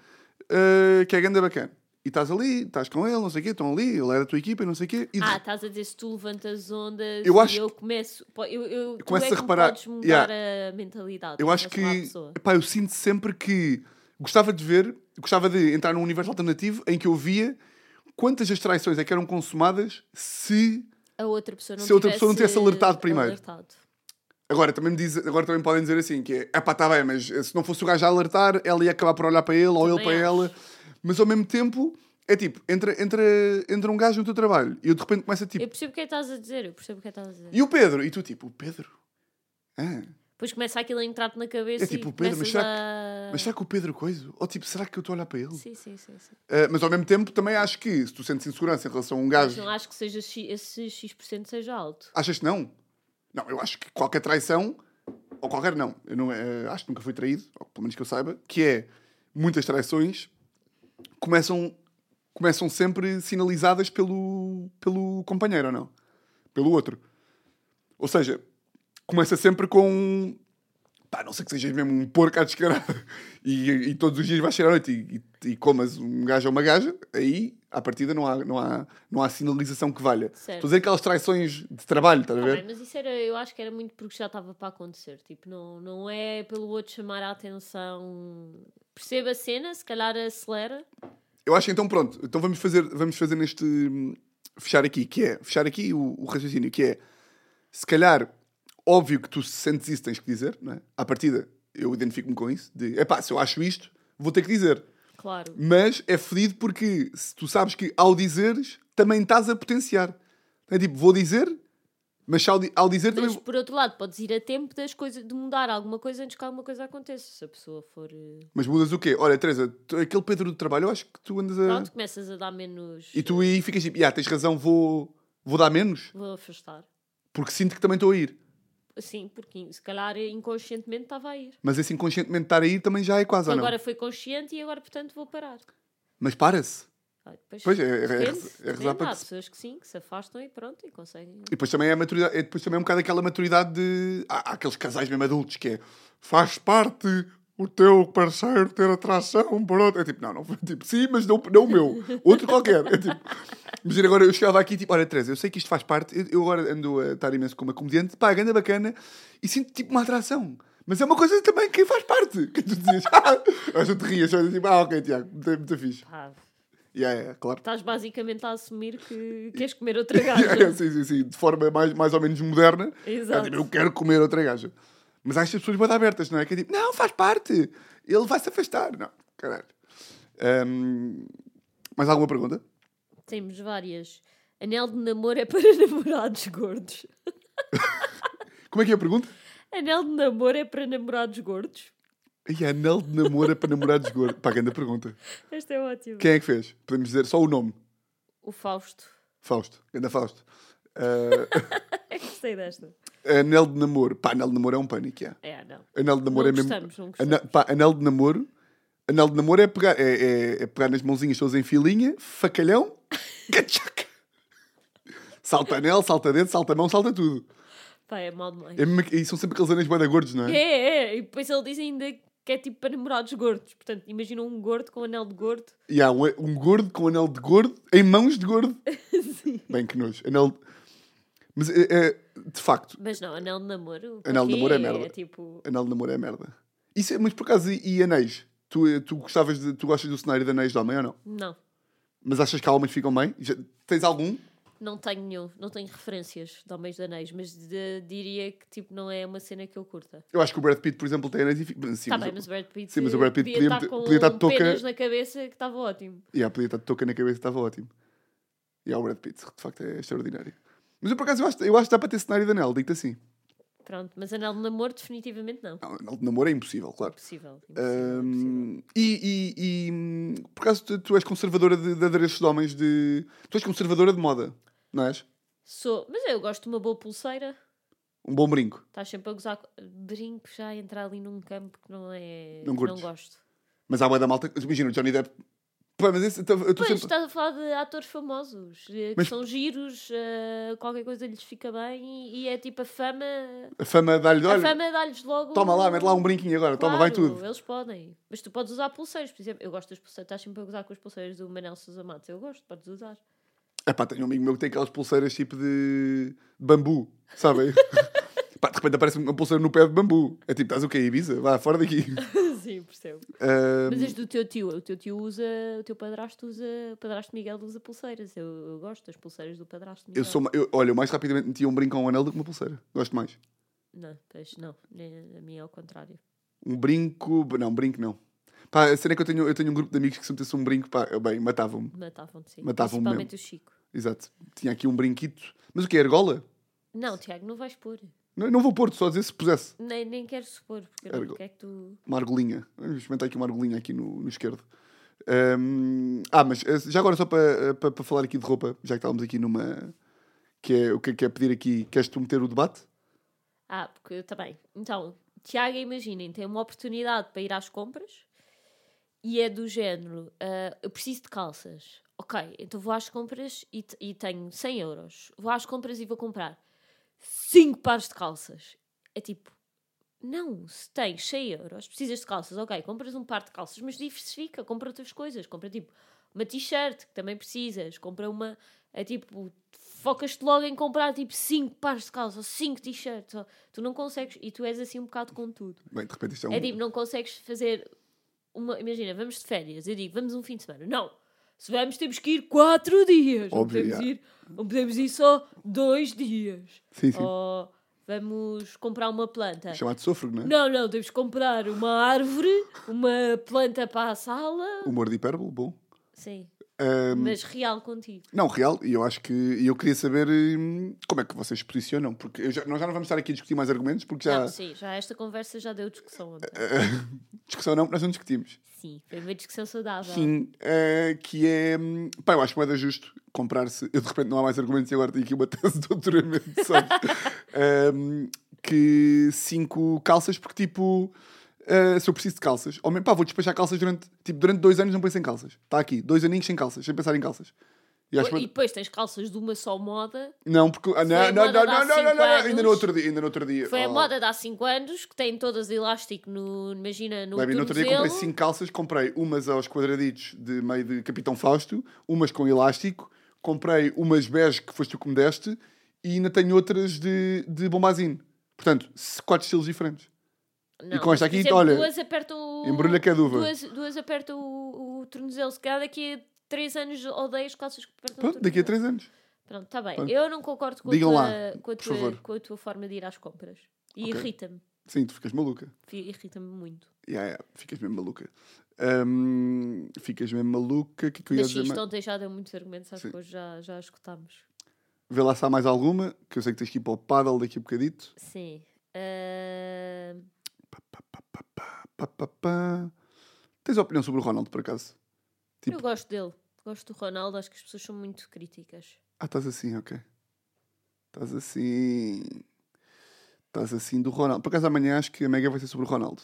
[SPEAKER 2] ah, que é ganda bacana. E estás ali, estás com ele, não sei o quê, estão ali, ele é da tua equipa, e não sei o quê. E de
[SPEAKER 3] Ah, estás a dizer se tu levantas ondas
[SPEAKER 2] Eu
[SPEAKER 3] e
[SPEAKER 2] acho
[SPEAKER 3] eu começo. po- Eu, eu, tu
[SPEAKER 2] começo
[SPEAKER 3] é
[SPEAKER 2] a
[SPEAKER 3] que me
[SPEAKER 2] reparar-
[SPEAKER 3] Podes mudar a mentalidade.
[SPEAKER 2] Eu
[SPEAKER 3] em
[SPEAKER 2] acho que.
[SPEAKER 3] relação à pessoa.
[SPEAKER 2] Epá, eu sinto sempre que. Gostava de ver. Gostava de entrar num universo alternativo em que eu via quantas das traições é que eram consumadas se.
[SPEAKER 3] A outra pessoa não
[SPEAKER 2] se a outra pessoa não tivesse
[SPEAKER 3] tivesse
[SPEAKER 2] alertado primeiro.
[SPEAKER 3] alertado.
[SPEAKER 2] Agora também, me diz, agora também podem dizer assim: que é. Epá, está bem, mas se não fosse o gajo a alertar, ela ia acabar por olhar para ele ou ele
[SPEAKER 3] Também
[SPEAKER 2] para
[SPEAKER 3] acho.
[SPEAKER 2] ela. Mas ao mesmo tempo. É tipo, entra, entra, entra um gajo no teu trabalho e eu de repente começa tipo.
[SPEAKER 3] Eu percebo o que é que estás a dizer, eu percebo o que é que estás a dizer.
[SPEAKER 2] E o Pedro? E tu tipo, o Pedro? Ah,
[SPEAKER 3] Depois começa aquilo a entrar-te na cabeça
[SPEAKER 2] É tipo,
[SPEAKER 3] e
[SPEAKER 2] Pedro, mas
[SPEAKER 3] começas
[SPEAKER 2] será
[SPEAKER 3] a...
[SPEAKER 2] mas será que o Pedro coisa? Ou tipo, será que eu estou a olhar para ele?
[SPEAKER 3] Sim, sim, sim. sim.
[SPEAKER 2] Ah, mas ao mesmo tempo também acho que se tu sentes insegurança em relação a um
[SPEAKER 3] Mas
[SPEAKER 2] gajo
[SPEAKER 3] não acho que seja X- esse X% seja alto.
[SPEAKER 2] Achas que não? Não, eu acho que qualquer traição, ou qualquer não, eu não, eh, acho que nunca fui traído, ou pelo menos que eu saiba, que é muitas traições começam, começam sempre sinalizadas pelo, pelo companheiro, ou não? Pelo outro. Ou seja, começa sempre com. Pá, não sei que sejas mesmo um porco à descarada e, e todos os dias vais sair à noite e, e, e comas um gajo ou uma gaja, aí, à partida, não há, não há, não há sinalização que valha.
[SPEAKER 3] Certo.
[SPEAKER 2] Estou a dizer aquelas traições de trabalho, estás a
[SPEAKER 3] Ah,
[SPEAKER 2] ver?
[SPEAKER 3] bem, mas isso era, eu acho que era muito porque já estava para acontecer. Tipo, não, não é pelo outro chamar a atenção. Perceba a cena, se calhar acelera.
[SPEAKER 2] Eu acho então pronto, então vamos fazer, vamos fazer neste hum, fechar aqui, que é fechar aqui o, o raciocínio, que é se calhar, óbvio que tu se sentes isso, tens que dizer, não é? À partida, eu identifico-me com isso, de epá, se eu acho isto, vou ter que dizer.
[SPEAKER 3] Claro.
[SPEAKER 2] Mas é fedido porque se tu sabes que ao dizeres também estás a potenciar. É tipo, vou dizer, mas se ao, di- ao dizer também.
[SPEAKER 3] Mas por outro lado, podes ir a tempo das coisas, de mudar alguma coisa antes que alguma coisa aconteça. Se a pessoa for. eh,
[SPEAKER 2] Mas mudas o quê? Olha, Teresa, tu- aquele Pedro do trabalho, eu acho que tu andas a.
[SPEAKER 3] Pronto, começas a dar menos.
[SPEAKER 2] É. E tu aí ficas tipo, yeah, tens razão, vou, vou dar menos,
[SPEAKER 3] Vou afastar.
[SPEAKER 2] porque sinto que também estou a ir.
[SPEAKER 3] Sim, porque se calhar inconscientemente estava a ir.
[SPEAKER 2] Mas esse inconscientemente estar a ir também já é quase, ou não?
[SPEAKER 3] agora foi consciente e agora, portanto, vou parar.
[SPEAKER 2] Mas para-se.
[SPEAKER 3] Ah, depois,
[SPEAKER 2] Pois, é- é- é-
[SPEAKER 3] depende,
[SPEAKER 2] é
[SPEAKER 3] depende.
[SPEAKER 2] rezar para
[SPEAKER 3] Há
[SPEAKER 2] que se-
[SPEAKER 3] pessoas que sim, que se afastam e pronto, e conseguem.
[SPEAKER 2] E depois também é, a maturidade, é depois também é um bocado aquela maturidade de. Há, há aqueles casais mesmo adultos que é. Faz parte o teu parceiro ter atração por outro. É tipo, não, não. Tipo, sim, mas não, não o meu. Outro qualquer. É tipo. Imagina agora eu chegava aqui e tipo, olha, Teresa, eu sei que isto faz parte. Eu, eu agora ando a estar imenso como uma comediante. Pá, ganda bacana. E sinto tipo uma atração. Mas é uma coisa também que faz parte. Que tu dizias, ah, mas tu te rias. só Tipo, ah, ok, Tiago, muito, muito fixe.
[SPEAKER 3] Pá,
[SPEAKER 2] Yeah, yeah, claro.
[SPEAKER 3] estás basicamente a assumir que queres comer outra
[SPEAKER 2] É,
[SPEAKER 3] gaja.
[SPEAKER 2] sim, sim, sim. De forma mais, mais ou menos moderna.
[SPEAKER 3] Exato.
[SPEAKER 2] É tipo, eu quero comer outra gaja. Mas acho que as pessoas boas abertas, não é? Que é tipo, não, faz parte. Ele vai se afastar. Não, caralho. Hum, mais alguma pergunta?
[SPEAKER 3] Temos várias. Anel de namoro é para namorados gordos.
[SPEAKER 2] Como é que é a pergunta?
[SPEAKER 3] Anel de namoro é para namorados gordos.
[SPEAKER 2] E anel de namoro é para namorados gordos? Pá, grande pergunta.
[SPEAKER 3] Esta é ótima.
[SPEAKER 2] Quem é que fez? Podemos dizer só o nome.
[SPEAKER 3] O Fausto.
[SPEAKER 2] Fausto. Ganda Fausto. Ah,
[SPEAKER 3] Gostei desta.
[SPEAKER 2] anel de namoro. Pá, anel de namoro é um pânico, é.
[SPEAKER 3] É, não.
[SPEAKER 2] Anel de namoro
[SPEAKER 3] Não
[SPEAKER 2] é mesmo.
[SPEAKER 3] gostamos, não
[SPEAKER 2] Ana- pá, anel de namoro. Anel de namoro é pegar, é, é- é pegar nas mãozinhas todas em filinha, facalhão, cachaca. Salta anel, salta dedo, salta mão, salta tudo.
[SPEAKER 3] Pá, é mal demais.
[SPEAKER 2] É mesmo que- e são sempre aqueles anéis boeda gordos, não
[SPEAKER 3] É,
[SPEAKER 2] é?
[SPEAKER 3] é. E depois ele diz ainda que é tipo para namorados gordos. Portanto, imagina um gordo com anel de gordo.
[SPEAKER 2] E há um, um gordo com anel de gordo, em mãos de gordo. Bem que nojo. Anel. Mas, é, é, de facto,
[SPEAKER 3] Mas não, anel de namoro.
[SPEAKER 2] Anel de
[SPEAKER 3] porquê?
[SPEAKER 2] namoro é merda.
[SPEAKER 3] É tipo.
[SPEAKER 2] anel de namoro é merda. Isso é, mas por acaso, e, e anéis? Tu, eh, tu, gostavas de, tu gostas do cenário de anéis de homem ou não?
[SPEAKER 3] Não.
[SPEAKER 2] Mas achas que há homens que ficam bem? Já- tens algum?
[SPEAKER 3] Não tenho, nenhum, não tenho referências de Homens de Anéis, mas de- diria que tipo, não é uma cena que eu curta.
[SPEAKER 2] Eu acho que o Brad Pitt, por exemplo, tem anéis e fica. Sim, Tá
[SPEAKER 3] Está
[SPEAKER 2] mas
[SPEAKER 3] bem,
[SPEAKER 2] o-
[SPEAKER 3] mas o Brad Pitt,
[SPEAKER 2] sim, mas o Brad Pitt podia
[SPEAKER 3] podia estar
[SPEAKER 2] meter-
[SPEAKER 3] com
[SPEAKER 2] podia estar de touca-
[SPEAKER 3] penas na cabeça que estava ótimo.
[SPEAKER 2] E podia estar de touca na cabeça, estava ótimo. E há o Brad Pitt, de facto é extraordinário. Mas eu, por acaso, eu acho, eu acho que dá para ter cenário de anel, digo-te assim.
[SPEAKER 3] Pronto, mas anel de namoro definitivamente não.
[SPEAKER 2] Não, anel de namoro é impossível, claro.
[SPEAKER 3] Impossível. é impossível, impossível.
[SPEAKER 2] Ahm, e, e- e, hum, por acaso, tu, tu és conservadora de, de adereços de homens de... Tu és conservadora de moda, não és?
[SPEAKER 3] Sou, mas eu gosto de uma boa pulseira.
[SPEAKER 2] Um bom brinco.
[SPEAKER 3] Estás sempre a gozar. com- Brinco já a entrar ali num campo que não é.
[SPEAKER 2] Não
[SPEAKER 3] que não
[SPEAKER 2] curtes.
[SPEAKER 3] gosto.
[SPEAKER 2] Mas há boa da malta... Imagina, o Johnny Depp... Pá, mas esse, então, eu estou
[SPEAKER 3] Pois, tá.
[SPEAKER 2] sempre...
[SPEAKER 3] estás a falar de atores famosos eh, que
[SPEAKER 2] Mas-
[SPEAKER 3] são giros, eh, qualquer coisa lhes fica bem e, e é tipo a fama.
[SPEAKER 2] A fama dá-lhe...
[SPEAKER 3] a
[SPEAKER 2] Olha,
[SPEAKER 3] fama dá-lhes logo.
[SPEAKER 2] toma lá, mete lá um brinquinho agora. Toma, vai
[SPEAKER 3] Claro,
[SPEAKER 2] tudo.
[SPEAKER 3] Eles podem. Mas tu podes usar pulseiras, por exemplo. Eu gosto das pulseiras. Estás sempre a gozar com as pulseiras do Manel Sousa Matos. Eu gosto, podes usar.
[SPEAKER 2] Epá, tenho um amigo meu que tem aquelas pulseiras tipo de bambu, sabem? Pá, de repente aparece uma pulseira no pé de bambu. É tipo, estás o quê, Ibiza? Vá, fora daqui.
[SPEAKER 3] Sim, percebo.
[SPEAKER 2] Ah,
[SPEAKER 3] Mas as do teu tio, o teu tio usa, o teu padrasto usa, o padrasto Miguel usa pulseiras. Eu, eu gosto das pulseiras do padrasto Miguel.
[SPEAKER 2] eu sou, ma- eu, olha, eu mais rapidamente metia um brinco a um anel do que uma pulseira. Gosto mais.
[SPEAKER 3] Não, pois não. Nem- A mim é ao contrário.
[SPEAKER 2] Um brinco. Não, brinco não. Pá, a cena é que eu tenho, eu tenho um grupo de amigos que se metesse um brinco, pá, eu, bem, matavam-me.
[SPEAKER 3] Matavam-te, sim.
[SPEAKER 2] Matavam-me
[SPEAKER 3] Principalmente o Chico.
[SPEAKER 2] Exato. Tinha aqui um brinquito. Mas o que é, argola?
[SPEAKER 3] Não, Tiago, não vais pôr.
[SPEAKER 2] Não, não vou pôr, só dizer se pusesse.
[SPEAKER 3] Nem, nem quero supor, porque eu não
[SPEAKER 2] Ergo.
[SPEAKER 3] quero que tu.
[SPEAKER 2] Uma argolinha. Vamos experimentar aqui uma argolinha aqui no, no esquerdo. Ahm, ah, mas eh, já agora só para eh, para- para falar aqui de roupa, já que estávamos aqui numa... Que é, o que é, que é pedir aqui? Queres tu meter o debate?
[SPEAKER 3] Ah, porque eu também. Então, Tiago, imaginem, tem uma oportunidade para ir às compras e é do género: ah, eu preciso de calças. Ok, então vou às compras e, te- e tenho 100 euros. Vou às compras e vou comprar 5 pares de calças. É tipo. Não, se tens 100 euros, precisas de calças, ok, compras um par de calças, mas diversifica, compra outras coisas, compra tipo uma t-shirt, que também precisas, compra uma, é tipo, focas-te logo em comprar tipo 5 pares de calças, ou 5 t-shirts, ou- tu não consegues, e tu és assim um bocado com tudo.
[SPEAKER 2] Bem, de repente isto é um...
[SPEAKER 3] É tipo, não consegues fazer uma, imagina, vamos de férias, eu digo, vamos um fim de semana, não, se vamos temos que ir 4 dias, não
[SPEAKER 2] Óbvio,
[SPEAKER 3] podemos,
[SPEAKER 2] yeah.
[SPEAKER 3] ir, não podemos ir só 2 dias,
[SPEAKER 2] Sim, sim.
[SPEAKER 3] ou vamos comprar uma planta.
[SPEAKER 2] Chamado de sofro, não é?
[SPEAKER 3] Não, não, temos que comprar uma árvore, uma planta para a sala.
[SPEAKER 2] Humor de hipérbole, bom.
[SPEAKER 3] Sim,
[SPEAKER 2] Ahm,
[SPEAKER 3] mas real contigo.
[SPEAKER 2] Não, real, e eu acho que e eu queria saber hum, como é que vocês se posicionam, porque eu já- nós já não vamos estar aqui a discutir mais argumentos, porque já
[SPEAKER 3] Não, sim, já esta conversa já deu discussão ontem.
[SPEAKER 2] discussão não, nós não discutimos.
[SPEAKER 3] Sim, foi uma discussão saudável.
[SPEAKER 2] Sim, eh, que é hum, pá, eu acho que é justo comprar-se. Eu de repente não há mais argumentos e agora tenho aqui uma tese de Ehm, doutoramento, sabes? Hum, que cinco calças, porque tipo, ah, se eu preciso de calças, ou mesmo, pá, vou despachar calças durante, tipo, durante dois anos não penso em calças. Está aqui, dois aninhos sem calças, sem pensar em calças. E acho
[SPEAKER 3] E depois tens calças de uma só moda.
[SPEAKER 2] Não, porque. ah,
[SPEAKER 3] a
[SPEAKER 2] Não, não,
[SPEAKER 3] moda
[SPEAKER 2] não,
[SPEAKER 3] de
[SPEAKER 2] não,
[SPEAKER 3] há
[SPEAKER 2] não, não,
[SPEAKER 3] cinco
[SPEAKER 2] não,
[SPEAKER 3] anos.
[SPEAKER 2] ainda no outro dia. Ainda no outro dia.
[SPEAKER 3] Foi a
[SPEAKER 2] Oh,
[SPEAKER 3] moda de há 5 anos, que têm todas de elástico no. Imagina, no.
[SPEAKER 2] Baby, no outro dia comprei
[SPEAKER 3] tornozelo.
[SPEAKER 2] cinco calças, comprei umas aos quadraditos de meio de Capitão Fausto, umas com elástico, comprei umas bege que foste tu que me deste e ainda tenho outras de, de bombazine. Portanto, se- quatro estilos diferentes.
[SPEAKER 3] Não,
[SPEAKER 2] E com esta
[SPEAKER 3] mas, por
[SPEAKER 2] aqui,
[SPEAKER 3] exemplo,
[SPEAKER 2] olha,
[SPEAKER 3] Duas aperta o.
[SPEAKER 2] embrulha que é duva.
[SPEAKER 3] Duas, duas aperta o, o tornozelo. Se calhar daqui a 3 anos odeio as calças que apertam
[SPEAKER 2] Pronto,
[SPEAKER 3] o
[SPEAKER 2] daqui a
[SPEAKER 3] tornozelo.
[SPEAKER 2] três anos.
[SPEAKER 3] Pronto, está bem.
[SPEAKER 2] Pronto.
[SPEAKER 3] Eu não concordo com a,
[SPEAKER 2] Digam
[SPEAKER 3] tua,
[SPEAKER 2] lá,
[SPEAKER 3] com,
[SPEAKER 2] por
[SPEAKER 3] a tua,
[SPEAKER 2] favor.
[SPEAKER 3] com a tua forma de ir às compras. E
[SPEAKER 2] Ok.
[SPEAKER 3] irrita-me.
[SPEAKER 2] Sim, tu ficas maluca.
[SPEAKER 3] Fi- Irrita-me muito.
[SPEAKER 2] Yeah, yeah, ficas mesmo maluca. Hum, ficas mesmo maluca. O que é que eu ia
[SPEAKER 3] Mas
[SPEAKER 2] dizer?
[SPEAKER 3] sim,
[SPEAKER 2] mais?
[SPEAKER 3] isto ontem já deu muitos argumentos, acho
[SPEAKER 2] Sim.
[SPEAKER 3] que hoje já, já escutámos.
[SPEAKER 2] Vê lá se há mais alguma, que eu sei que tens que ir para o paddle daqui a bocadito.
[SPEAKER 3] Sim. Ah,
[SPEAKER 2] Pá, pá, pá. Tens opinião sobre o Ronaldo, por acaso? Tipo-
[SPEAKER 3] Eu gosto dele. Gosto do Ronaldo, acho que as pessoas são muito críticas.
[SPEAKER 2] Ah, estás assim, ok. Estás assim. Estás assim do Ronaldo. Por acaso amanhã acho que a Mega vai ser sobre o Ronaldo.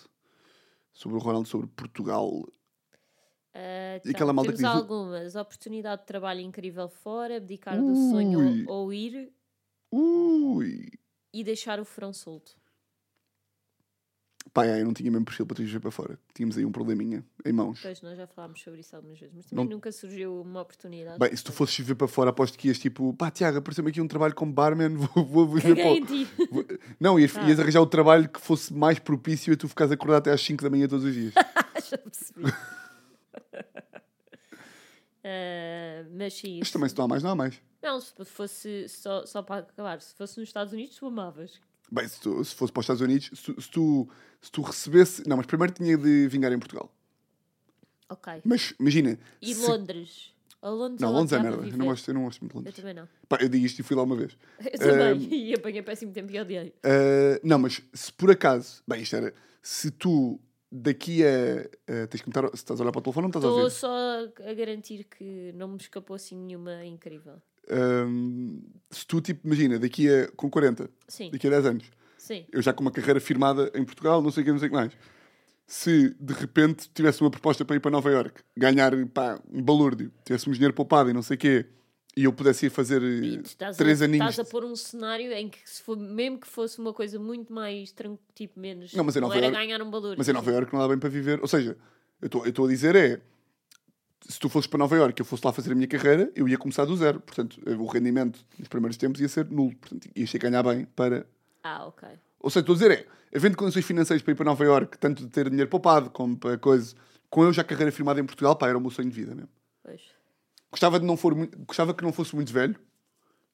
[SPEAKER 2] Sobre o Ronaldo, sobre Portugal.
[SPEAKER 3] Ah,
[SPEAKER 2] E aquela malta que
[SPEAKER 3] temos
[SPEAKER 2] diz-
[SPEAKER 3] algumas. Oportunidade de trabalho incrível fora, abdicar do sonho
[SPEAKER 2] Ui.
[SPEAKER 3] ou, ou ir
[SPEAKER 2] Ui!
[SPEAKER 3] e deixar o frão solto.
[SPEAKER 2] Pá, é, eu não tinha mesmo perfil para te ver para fora. Tínhamos aí um probleminha em mãos.
[SPEAKER 3] Depois nós já falámos sobre isso algumas vezes, mas também
[SPEAKER 2] Não-
[SPEAKER 3] nunca surgiu uma oportunidade.
[SPEAKER 2] Bem, se tu fosses viver para fora, aposto que ias tipo, pá, Tiago, apareceu-me aqui um trabalho como barman, vou, vou viver
[SPEAKER 3] Caguei
[SPEAKER 2] para.
[SPEAKER 3] em
[SPEAKER 2] o-
[SPEAKER 3] ti.
[SPEAKER 2] vou- Não, ias,
[SPEAKER 3] Ah.
[SPEAKER 2] ias arranjar o trabalho que fosse mais propício a tu ficares acordado até às 5 da manhã todos os dias.
[SPEAKER 3] Já percebi. Ah, mas sim.
[SPEAKER 2] Mas também se não há mais, não há mais.
[SPEAKER 3] Não, se fosse só, só para acabar, se fosse nos Estados Unidos, tu amavas.
[SPEAKER 2] Bem, se, tu- se fosse para os Estados Unidos, se, tu- se tu, se tu recebesse. Não, mas primeiro tinha de vingar em Portugal.
[SPEAKER 3] Ok.
[SPEAKER 2] Mas imagina.
[SPEAKER 3] E
[SPEAKER 2] se-
[SPEAKER 3] Londres? A Londres
[SPEAKER 2] Não,
[SPEAKER 3] eu
[SPEAKER 2] Londres é
[SPEAKER 3] odiava
[SPEAKER 2] merda. Eu
[SPEAKER 3] viver.
[SPEAKER 2] não gosto, eu não gosto muito de
[SPEAKER 3] Eu
[SPEAKER 2] Londres.
[SPEAKER 3] também não.
[SPEAKER 2] Pá, eu digo isto e fui lá uma vez.
[SPEAKER 3] Eu também. E apanhei péssimo tempo e odiei.
[SPEAKER 2] Ah, não, mas se por acaso. Bem, isto era. Se tu daqui a. a- tens que me estar- Se estás a olhar para o telefone, não me estás a
[SPEAKER 3] Estou
[SPEAKER 2] ouvir.
[SPEAKER 3] só a garantir que não me escapou assim nenhuma incrível.
[SPEAKER 2] Ah, se tu, tipo, imagina, daqui a. Com 40,
[SPEAKER 3] Sim,
[SPEAKER 2] daqui a 10 anos.
[SPEAKER 3] sim.
[SPEAKER 2] eu já com uma carreira firmada em Portugal, não sei o que, não sei o que mais. Se de repente tivesse uma proposta para ir para Nova Iorque, ganhar pá, um balúrdio, tivéssemos dinheiro poupado e não sei o quê, e eu pudesse ir fazer eh,
[SPEAKER 3] E tu estás,
[SPEAKER 2] três
[SPEAKER 3] a,
[SPEAKER 2] aninhos.
[SPEAKER 3] estás a pôr um cenário em que, se for, mesmo que fosse uma coisa muito mais tranquila, tipo menos.
[SPEAKER 2] Não, mas em Nova
[SPEAKER 3] era
[SPEAKER 2] Iorque-
[SPEAKER 3] ganhar um valor.
[SPEAKER 2] Mas em Nova Iorque não dá bem para viver. Ou seja, eu estou- eu estou a dizer é. Se tu fosses para Nova Iorque e eu fosse lá fazer a minha carreira, eu ia começar do zero. Portanto, eh, o rendimento nos primeiros tempos ia ser nulo. Portanto, ia a ganhar bem para
[SPEAKER 3] Ah, ok.
[SPEAKER 2] Ou seja, estou a dizer é, havendo condições financeiras para ir para Nova Iorque, tanto de ter dinheiro poupado como para coisa, com eu já carreira firmada em Portugal, pá, era o meu sonho de vida mesmo.
[SPEAKER 3] Pois.
[SPEAKER 2] Gostava, de não for muito, gostava que não fosse muito velho,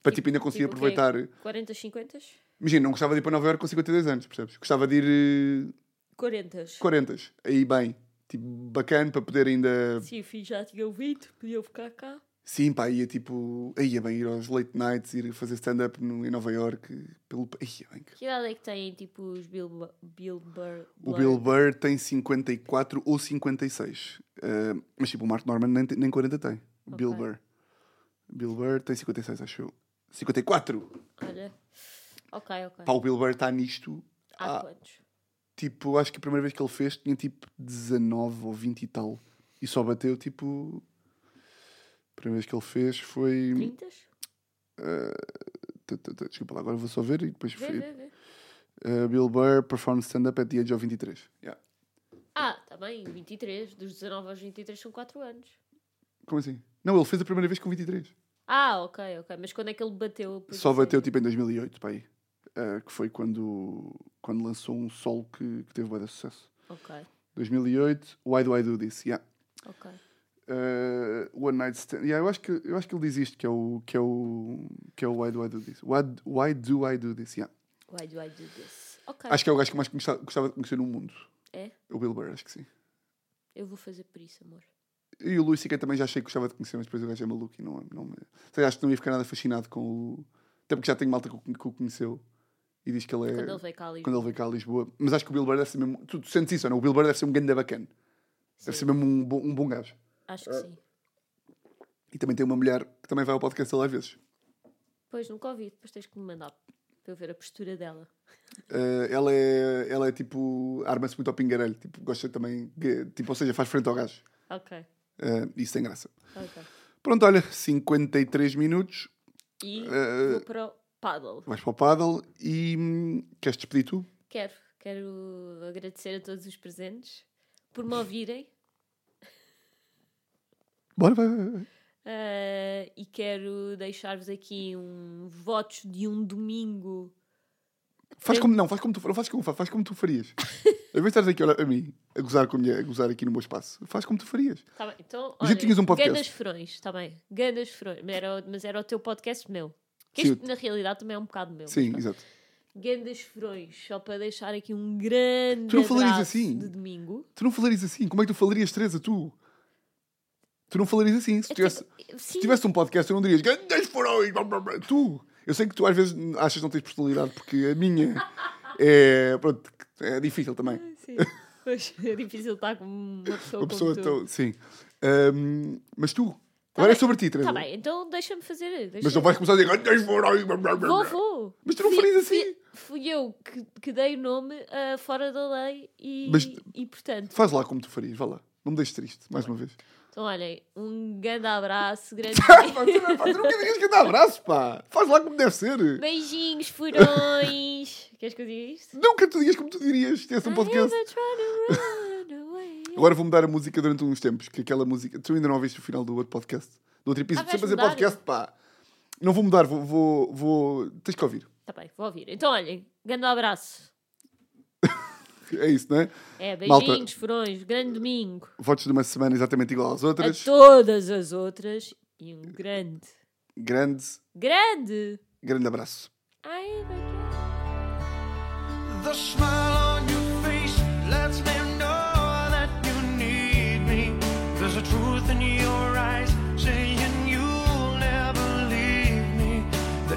[SPEAKER 2] para tipo, ainda conseguir
[SPEAKER 3] tipo o quê?
[SPEAKER 2] aproveitar.
[SPEAKER 3] 40, 50?
[SPEAKER 2] Imagina, não gostava de ir para Nova Iorque com 52 anos, percebes? Gostava de ir eh,
[SPEAKER 3] 40.
[SPEAKER 2] 40, aí bem, tipo, bacana, para poder ainda.
[SPEAKER 3] Sim, o filho já tinha ouvido, podia ficar cá.
[SPEAKER 2] Sim, pá, ia tipo, aí ia bem ir aos late nights, ir fazer stand-up no- em Nova Iorque, pelo. Aí ia bem.
[SPEAKER 3] Que idade é que têm, tipo, os Bill, Bu- Bill Burr?
[SPEAKER 2] O Bill Burr tem 54 ou 56. Ah, mas tipo, o Mark Norman nem, te- nem 40 tem. O Bill
[SPEAKER 3] Ok.
[SPEAKER 2] Burr. Bill Burr tem 56, acho eu. 54!
[SPEAKER 3] Olha. Ok, ok.
[SPEAKER 2] Pá, o Bill Burr está nisto.
[SPEAKER 3] Há
[SPEAKER 2] há-
[SPEAKER 3] quantos?
[SPEAKER 2] tipo, acho que a primeira vez que ele fez tinha tipo 19 ou 20 e tal. E só bateu tipo. A primeira vez que ele fez foi.
[SPEAKER 3] 30?
[SPEAKER 2] tu- tu- tu- Desculpa lá, agora vou só ver e depois.
[SPEAKER 3] Vê,
[SPEAKER 2] foi-
[SPEAKER 3] vê, vê.
[SPEAKER 2] Ah, Bill Burr performed stand-up at the age of 23. Yeah.
[SPEAKER 3] Ah, está bem, 23. Dos 19 aos 23 são 4 anos.
[SPEAKER 2] Como assim? Não, ele fez a primeira vez com 23.
[SPEAKER 3] Ah, ok, ok. Mas quando é que ele bateu?
[SPEAKER 2] Só
[SPEAKER 3] a posição?
[SPEAKER 2] bateu tipo em 2008, pai. Ah, que foi quando, quando lançou um solo que, que teve bastante sucesso.
[SPEAKER 3] Ok,
[SPEAKER 2] 2008, Why Do I Do This? Yeah.
[SPEAKER 3] ok.
[SPEAKER 2] Ah, One Night Stand. Yeah, eu, acho que, eu acho que ele diz isto, que é o, que é o, que é o Why Do I Do This? Why, why Do I Do This? Yeah.
[SPEAKER 3] Why do I do this? Ok,
[SPEAKER 2] Acho que é o gajo que mais gostava, gostava de conhecer no mundo.
[SPEAKER 3] É?
[SPEAKER 2] O Bill Burr, acho que sim.
[SPEAKER 3] eu vou fazer por isso, amor.
[SPEAKER 2] E o Louis C.K. também já achei que gostava de conhecer, mas depois o gajo é maluco e não, não me... Sei, acho que não ia ficar nada fascinado com o... Até porque já tenho malta que o- que o conheceu e diz que ele é...
[SPEAKER 3] Quando ele veio cá ali.
[SPEAKER 2] quando ele veio cá a Lisboa. Mas acho que o Bill Burr deve ser mesmo. Tu, tu sentes isso, ou não? O Bill Burr deve ser um ganda bacana. Deve ser mesmo um bom, um bom gajo.
[SPEAKER 3] Acho que sim.
[SPEAKER 2] E também tem uma mulher que também vai ao podcast dele às vezes.
[SPEAKER 3] Pois, nunca ouvi. Depois tens que me mandar. Para eu ver a postura dela.
[SPEAKER 2] Eh, ela, é, ela é tipo. arma-se muito ao pingarelho. Tipo, gosta também. que- tipo, ou seja, faz frente ao gajo.
[SPEAKER 3] Ok,
[SPEAKER 2] Eh, isso tem graça.
[SPEAKER 3] ok.
[SPEAKER 2] Pronto, olha, 53 minutos.
[SPEAKER 3] E
[SPEAKER 2] Eh,
[SPEAKER 3] vou para o paddle.
[SPEAKER 2] Vais para o paddle e. hum, queres despedir tu?
[SPEAKER 3] Quero, quero agradecer a todos os presentes por me ouvirem
[SPEAKER 2] Bora, vai, vai, vai.
[SPEAKER 3] eh, e quero deixar-vos aqui um votos de um domingo.
[SPEAKER 2] Faz como não, faz como tu, não faz como, fa- faz como tu farias. Às vezes estás aqui olha, a mim, a gozar com a minha, a gozar aqui no meu espaço. Faz como tu farias.
[SPEAKER 3] Tá bem, então,
[SPEAKER 2] Mas já
[SPEAKER 3] olha,
[SPEAKER 2] tinhas um podcast.
[SPEAKER 3] Gandas Frões, está tá bem. Gandas Frões, mas era, o- mas era o teu podcast meu. Que
[SPEAKER 2] Sim,
[SPEAKER 3] este, na realidade, também é um bocado meu.
[SPEAKER 2] Sim,
[SPEAKER 3] mas pronto.
[SPEAKER 2] exato.
[SPEAKER 3] Gandas Frões, só para deixar aqui um grande
[SPEAKER 2] Tu não falarias
[SPEAKER 3] abraço
[SPEAKER 2] assim?
[SPEAKER 3] de domingo.
[SPEAKER 2] Tu não falarias assim. Como é que tu falarias, Teresa, tu? Tu não falarias assim. Se
[SPEAKER 3] É
[SPEAKER 2] tivesse,
[SPEAKER 3] tipo,
[SPEAKER 2] se
[SPEAKER 3] sim,
[SPEAKER 2] tivesse um podcast, tu não dirias grandes furões, blá, blá, blá." Tu! Eu sei que tu às vezes achas que não tens personalidade, porque a minha é. Pronto, é difícil também.
[SPEAKER 3] sim. Pois, é difícil estar com uma pessoa
[SPEAKER 2] Uma pessoa
[SPEAKER 3] como tu.
[SPEAKER 2] tão. Sim. Ahm, mas tu. Agora é
[SPEAKER 3] Tá bem,
[SPEAKER 2] sobre ti, Teresa.
[SPEAKER 3] Está bem, então deixa-me fazer. Deixa
[SPEAKER 2] Mas não vais começar a dizer grandes furões, blá, blá, blá,
[SPEAKER 3] Vou,
[SPEAKER 2] blá."
[SPEAKER 3] vou.
[SPEAKER 2] Mas tu não
[SPEAKER 3] Fui-
[SPEAKER 2] farias
[SPEAKER 3] fui-
[SPEAKER 2] assim.
[SPEAKER 3] Fui eu que, que dei o nome a Fora da Lei e,
[SPEAKER 2] Mas-
[SPEAKER 3] e portanto.
[SPEAKER 2] Faz lá como tu farias, vá lá. Não me deixes triste, mais uma vez.
[SPEAKER 3] Então, olhem, um grande abraço, grande
[SPEAKER 2] Ah, pá, tu, não- pá, tu nunca digas que dá abraço, pá. Faz lá como deve ser.
[SPEAKER 3] beijinhos, furões. Queres que eu diga isto?
[SPEAKER 2] Nunca tu digas como tu dirias se
[SPEAKER 3] Ah, é
[SPEAKER 2] tivesse um podcast.
[SPEAKER 3] I ever try to run away.
[SPEAKER 2] Agora vou mudar a música durante uns tempos, que aquela música. Tu ainda não ouviste o final do outro podcast? Do outro episódio?
[SPEAKER 3] Ah,
[SPEAKER 2] Sempre a
[SPEAKER 3] vais
[SPEAKER 2] fazer
[SPEAKER 3] mudar?
[SPEAKER 2] podcast, pá. Não vou mudar, vou, vou, vou- Tens que ouvir.
[SPEAKER 3] Tá bem, vou ouvir. Então, olhem, grande abraço.
[SPEAKER 2] É isso, não é?
[SPEAKER 3] É,
[SPEAKER 2] Malta.
[SPEAKER 3] beijinhos, furões, grande domingo
[SPEAKER 2] Votos de uma semana exatamente igual às outras.
[SPEAKER 3] a todas as outras e um grande,
[SPEAKER 2] Grande,
[SPEAKER 3] grande.
[SPEAKER 2] grande abraço.
[SPEAKER 3] I ever try-
[SPEAKER 4] The smile on your face lets me know that you need me. There's a truth in your eyes saying you'll never leave me. The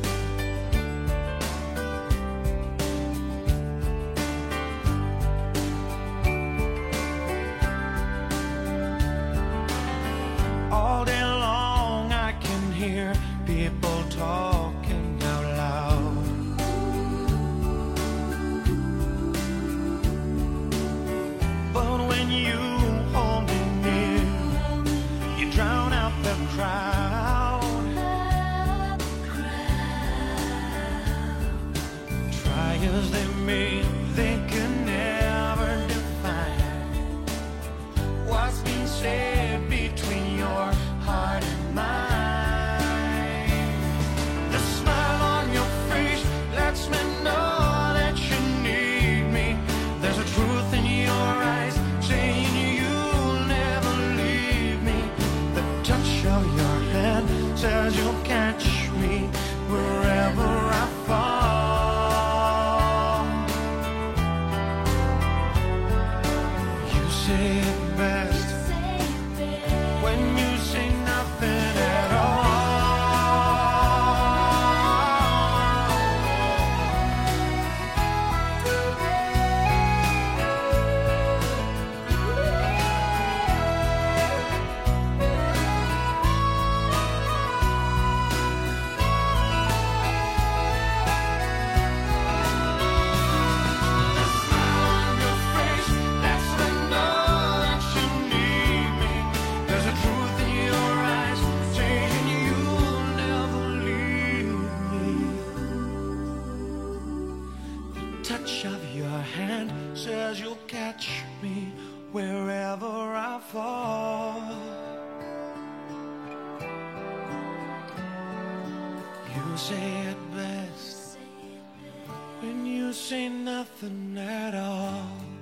[SPEAKER 4] All day long I can hear people talking out loud. But when you hold me near, you drown out the crowd. Try as they may, they can never define what's been said between your heart and mine. The smile on your face lets me know that you need me. There's a truth in your eyes saying you'll never leave me. The touch of your hand says you'll catch me wherever I fall. You say it best when you say nothing at all. Touch of your hand says you'll catch me wherever I fall. You say it best when you say nothing at all.